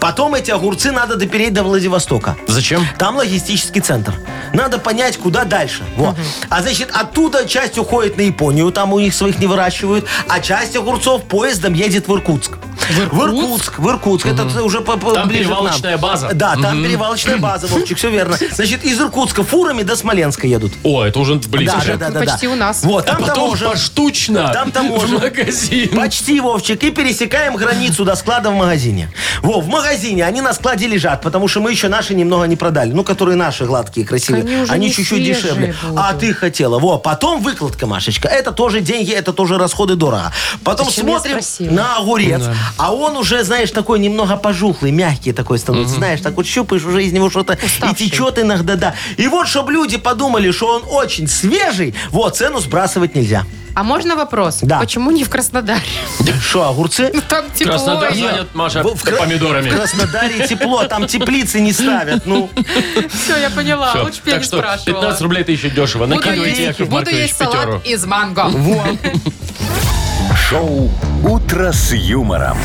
[SPEAKER 4] Потом эти огурцы надо допереть до Владивостока.
[SPEAKER 2] Зачем?
[SPEAKER 4] Там логистический центр. Надо понять, куда дальше. Во. А значит, оттуда часть уходит на Японию, там у них своих не выращивают, а часть огурцов поездом едет в Иркутск. В Иркутск? В Иркутск, Это уже по- по-
[SPEAKER 2] Там
[SPEAKER 4] ближе к нам.
[SPEAKER 2] перевалочная база.
[SPEAKER 4] Да, там перевалочная база, Вовчик, все верно. Значит, из Иркутска фурами до Смоленска едут.
[SPEAKER 2] О, это уже близко.
[SPEAKER 4] Да, да, да, да, да.
[SPEAKER 3] Почти у нас.
[SPEAKER 4] Вот,
[SPEAKER 2] А
[SPEAKER 4] там
[SPEAKER 2] потом
[SPEAKER 4] таможен.
[SPEAKER 2] поштучно
[SPEAKER 4] Там
[SPEAKER 2] в
[SPEAKER 4] таможен.
[SPEAKER 2] магазин.
[SPEAKER 4] Почти, Вовчик, и пересекаем границу до склада в магазине. Во, в магазине они на складе лежат, потому что мы еще наши немного не продали. Ну, которые наши гладкие, красивые.
[SPEAKER 3] Они уже не
[SPEAKER 4] чуть-чуть
[SPEAKER 3] свежие
[SPEAKER 4] дешевле.
[SPEAKER 3] будут.
[SPEAKER 4] А ты хотела. Во, потом выкладка, Машечка. Это тоже деньги, это тоже расходы дорого. Потом
[SPEAKER 3] Зачем я
[SPEAKER 4] смотрим
[SPEAKER 3] спросила?
[SPEAKER 4] на огурец, а он уже, знаешь, такой немного пожухлый, мягкий такой становится. Знаешь, так вот щупаешь, уже из него что-то и
[SPEAKER 3] Уставший.
[SPEAKER 4] течет иногда, да. И вот, чтобы люди подумали, что он очень свежий, вот, цену сбрасывать нельзя.
[SPEAKER 3] А можно вопрос?
[SPEAKER 4] Да.
[SPEAKER 3] Почему не в Краснодаре?
[SPEAKER 4] Что, огурцы?
[SPEAKER 3] Ну, Там тепло.
[SPEAKER 2] Краснодар
[SPEAKER 3] и
[SPEAKER 2] занят, Маша,
[SPEAKER 4] В- в Кра-
[SPEAKER 2] помидорами.
[SPEAKER 4] В Краснодаре тепло, там теплицы не ставят. Ну,
[SPEAKER 3] Все, я поняла.
[SPEAKER 2] Всё.
[SPEAKER 3] А Лучше бы я
[SPEAKER 2] Так
[SPEAKER 3] не
[SPEAKER 2] что
[SPEAKER 3] спрашивала.
[SPEAKER 2] 15 рублей это еще дешево.
[SPEAKER 3] Буду
[SPEAKER 2] Накидывайте,
[SPEAKER 3] есть,
[SPEAKER 2] Яков
[SPEAKER 3] буду
[SPEAKER 2] Маркович,
[SPEAKER 3] есть
[SPEAKER 2] пятеру.
[SPEAKER 3] салат из манго.
[SPEAKER 1] Шоу «Утро с юмором».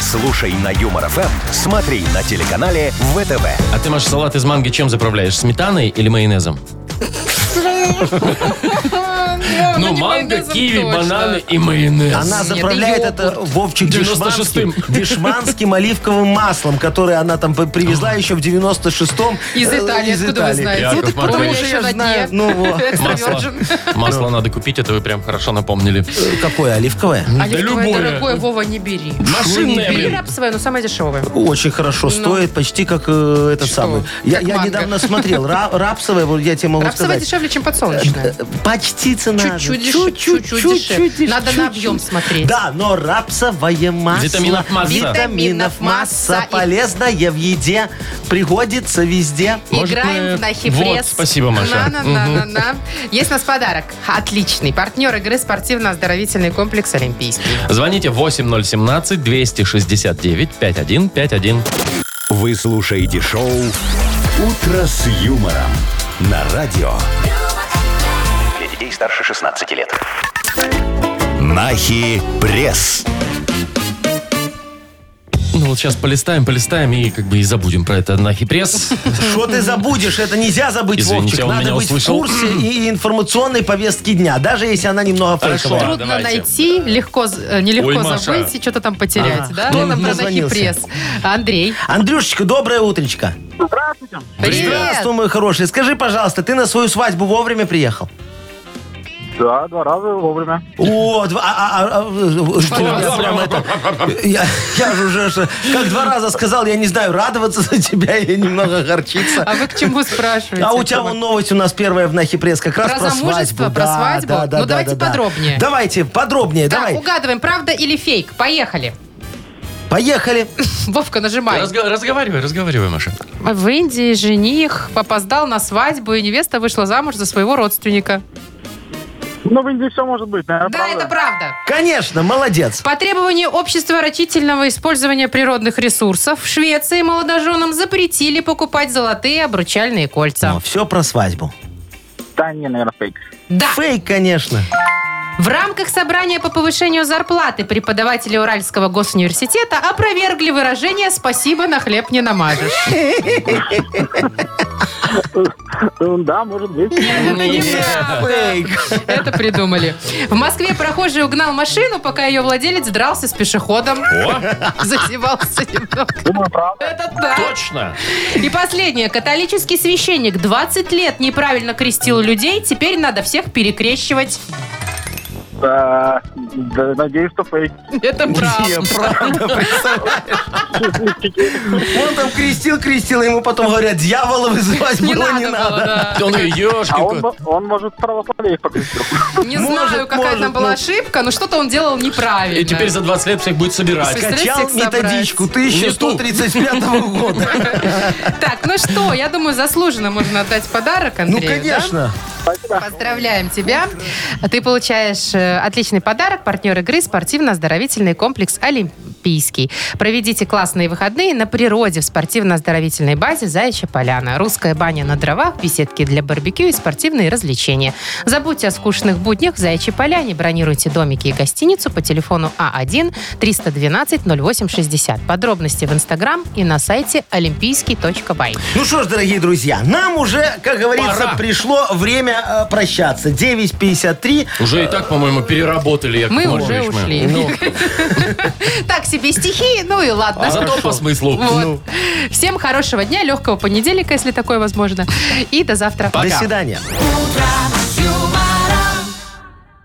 [SPEAKER 1] Слушай на Юмор ФМ, смотри на телеканале ВТВ.
[SPEAKER 2] А ты, Маша, салат из манго чем заправляешь? Сметаной или майонезом? Ну, манго, киви, бананы и майонез.
[SPEAKER 4] она
[SPEAKER 3] Нет,
[SPEAKER 4] заправляет
[SPEAKER 3] это
[SPEAKER 4] это Вовчик
[SPEAKER 2] 96-м.
[SPEAKER 4] дешманским, дешманским оливковым маслом, которое она там п- привезла еще в 96-м.
[SPEAKER 3] Из
[SPEAKER 4] э,
[SPEAKER 3] Италии.
[SPEAKER 4] из
[SPEAKER 3] Откуда вы
[SPEAKER 4] Италии.
[SPEAKER 3] знаете?
[SPEAKER 2] Яков
[SPEAKER 4] Ну, так потому
[SPEAKER 2] Маркович.
[SPEAKER 4] что
[SPEAKER 3] Еще
[SPEAKER 4] я
[SPEAKER 3] на
[SPEAKER 4] знаю.
[SPEAKER 3] дне.
[SPEAKER 4] Ну, во.
[SPEAKER 2] Масло. Масло надо купить, это вы прям хорошо напомнили.
[SPEAKER 4] Э, Какое оливковое?
[SPEAKER 3] Оливковое
[SPEAKER 2] любое.
[SPEAKER 3] дорогое, Вова, не бери.
[SPEAKER 2] Машинное,
[SPEAKER 3] Бери
[SPEAKER 2] блин.
[SPEAKER 3] рапсовое, но самое дешевое.
[SPEAKER 4] Очень хорошо стоит, почти как э, этот
[SPEAKER 3] Ну. Что?
[SPEAKER 4] самый. Я,
[SPEAKER 3] Как
[SPEAKER 4] я
[SPEAKER 3] манго.
[SPEAKER 4] недавно смотрел, ра- рапсовое, вот я тебе могу
[SPEAKER 3] Рапсовое
[SPEAKER 4] сказать.
[SPEAKER 3] дешевле, чем подсолнечное.
[SPEAKER 4] Э, Почти цена.
[SPEAKER 3] Чуть-чуть дешевле, чуть-чуть дешевле. Надо на объем смотреть.
[SPEAKER 4] Да, но рапсовое масло.
[SPEAKER 2] Витаминов масса.
[SPEAKER 3] Витаминов
[SPEAKER 4] Витаминов
[SPEAKER 3] масса.
[SPEAKER 4] масса.
[SPEAKER 3] И-
[SPEAKER 4] Полезное в еде. Пригодится везде.
[SPEAKER 2] Может, мы-
[SPEAKER 3] Играем в нахи
[SPEAKER 2] Вот,
[SPEAKER 3] фрез.
[SPEAKER 2] спасибо, Маша.
[SPEAKER 3] На-на-на-на-на. Есть у нас подарок. Отличный. Партнер игры спортивно-оздоровительный комплекс «Олимпийский».
[SPEAKER 2] Звоните 8017-269-5151.
[SPEAKER 1] Вы слушаете шоу «Утро с юмором» на радио.
[SPEAKER 5] Для детей старше 16 лет.
[SPEAKER 1] Нахи пресс.
[SPEAKER 2] Ну вот сейчас полистаем, полистаем и как бы и забудем про это на пресс.
[SPEAKER 4] Что ты забудешь? Это нельзя забыть,
[SPEAKER 2] Извините,
[SPEAKER 4] Вовчик.
[SPEAKER 2] он меня
[SPEAKER 4] Надо быть
[SPEAKER 2] услышал.
[SPEAKER 4] в курсе и информационной повестки дня, даже если она немного
[SPEAKER 2] Хорошо.
[SPEAKER 4] фальшивая.
[SPEAKER 2] Ладно,
[SPEAKER 3] Трудно
[SPEAKER 2] давайте.
[SPEAKER 3] найти, легко, з- э, нелегко
[SPEAKER 2] Ой, Маша.
[SPEAKER 3] забыть и что-то там потерять.
[SPEAKER 4] Ага.
[SPEAKER 3] Да?
[SPEAKER 4] Кто
[SPEAKER 3] Ну, нам
[SPEAKER 4] нам
[SPEAKER 3] про
[SPEAKER 4] дозвонился?
[SPEAKER 3] пресс. Андрей.
[SPEAKER 4] Андрюшечка, доброе утречко.
[SPEAKER 6] Здравствуйте.
[SPEAKER 3] Привет.
[SPEAKER 4] Здравствуй, мой хороший. Скажи, пожалуйста, ты на свою свадьбу вовремя приехал?
[SPEAKER 6] Да, два раза вовремя.
[SPEAKER 4] О, два, а, а, а, э, что у меня прям это- Я, я же уже что- как два раза сказал, я не знаю, радоваться за тебя или немного горчиться.
[SPEAKER 3] А вы к чему спрашиваете?
[SPEAKER 4] А у тебя вон новость у нас первая в Нахи Пресс, как раз
[SPEAKER 3] Про
[SPEAKER 4] про,
[SPEAKER 3] замужество,
[SPEAKER 4] свадьбу.
[SPEAKER 3] про свадьбу?
[SPEAKER 4] Да, да,
[SPEAKER 3] Ну,
[SPEAKER 4] да,
[SPEAKER 3] давайте
[SPEAKER 4] да, да.
[SPEAKER 3] подробнее.
[SPEAKER 4] Давайте, подробнее,
[SPEAKER 3] Так,
[SPEAKER 4] давай.
[SPEAKER 3] угадываем, правда или фейк? Поехали.
[SPEAKER 4] Поехали.
[SPEAKER 3] Вовка, нажимай.
[SPEAKER 2] Разга- Разговаривай, разговаривай, Маша.
[SPEAKER 3] В Индии жених опоздал на свадьбу, и невеста вышла замуж за своего родственника.
[SPEAKER 6] Ну, в Индии все может быть, наверное,
[SPEAKER 3] да, это правда.
[SPEAKER 4] Конечно, молодец.
[SPEAKER 3] По требованию общества рачительного использования природных ресурсов в Швеции молодоженам запретили покупать золотые обручальные кольца.
[SPEAKER 4] все про свадьбу.
[SPEAKER 6] Да, не, наверное, фейк.
[SPEAKER 3] Да.
[SPEAKER 4] Фейк, конечно.
[SPEAKER 3] В рамках собрания по повышению зарплаты преподаватели Уральского госуниверситета опровергли выражение «спасибо, на хлеб не намажешь».
[SPEAKER 6] Э, Да, может быть.
[SPEAKER 4] Фейк.
[SPEAKER 3] Это придумали. В Москве прохожий угнал машину, пока ее владелец дрался с пешеходом. Зазевался немного.
[SPEAKER 6] Думаю, правда.
[SPEAKER 3] Это так.
[SPEAKER 2] Точно.
[SPEAKER 3] И последнее. Католический священник 20 лет неправильно крестил людей, теперь надо всех перекрещивать.
[SPEAKER 6] Да, да, Надеюсь, что фейк.
[SPEAKER 3] Это правда.
[SPEAKER 4] Не, правда, представляешь? Он там крестил, крестил, ему потом говорят, дьявола вызывать
[SPEAKER 3] Не
[SPEAKER 4] было не
[SPEAKER 3] надо было,
[SPEAKER 4] надо.
[SPEAKER 3] да.
[SPEAKER 2] Он и
[SPEAKER 6] А он,
[SPEAKER 2] ешки.
[SPEAKER 6] мо- он может православие их покрестил.
[SPEAKER 3] Не
[SPEAKER 4] Может,
[SPEAKER 3] знаю, какая
[SPEAKER 4] может,
[SPEAKER 3] там была
[SPEAKER 4] ну.
[SPEAKER 3] ошибка, но что-то он делал неправильно.
[SPEAKER 2] И теперь за 20 лет всех будет собирать.
[SPEAKER 3] Представляете,
[SPEAKER 4] Качал
[SPEAKER 3] как собрать?
[SPEAKER 4] методичку 1135 года.
[SPEAKER 3] Так, ну что, я думаю, заслуженно можно отдать подарок
[SPEAKER 4] Ну,
[SPEAKER 3] Андрею. да?
[SPEAKER 4] конечно.
[SPEAKER 3] Поздравляем тебя. Ты получаешь э, отличный подарок. Партнер игры спортивно-оздоровительный комплекс «Олимпийский». Проведите классные выходные на природе в спортивно-оздоровительной базе «Заячья поляна». Русская баня на дровах, беседки для барбекю и спортивные развлечения. Забудьте о скучных буднях в «Заячьей поляне». Бронируйте домики и гостиницу по телефону А А1-312-0860. Подробности в Инстаграм и на сайте олимпийский.бай.
[SPEAKER 4] Ну что ж, дорогие друзья, нам уже, как говорится,
[SPEAKER 2] Пора.
[SPEAKER 4] пришло время э, прощаться. 9.53.
[SPEAKER 2] Уже и так, по-моему, переработали. Яков
[SPEAKER 3] Мы уже
[SPEAKER 2] Маркович, мы.
[SPEAKER 3] ушли.
[SPEAKER 2] Ну,
[SPEAKER 3] Так себе стихи, ну и ладно.
[SPEAKER 2] а ну. зато по смыслу.
[SPEAKER 3] Вот. Всем хорошего дня, легкого понедельника, если такое возможно. И до завтра.
[SPEAKER 4] До свидания.
[SPEAKER 9] утро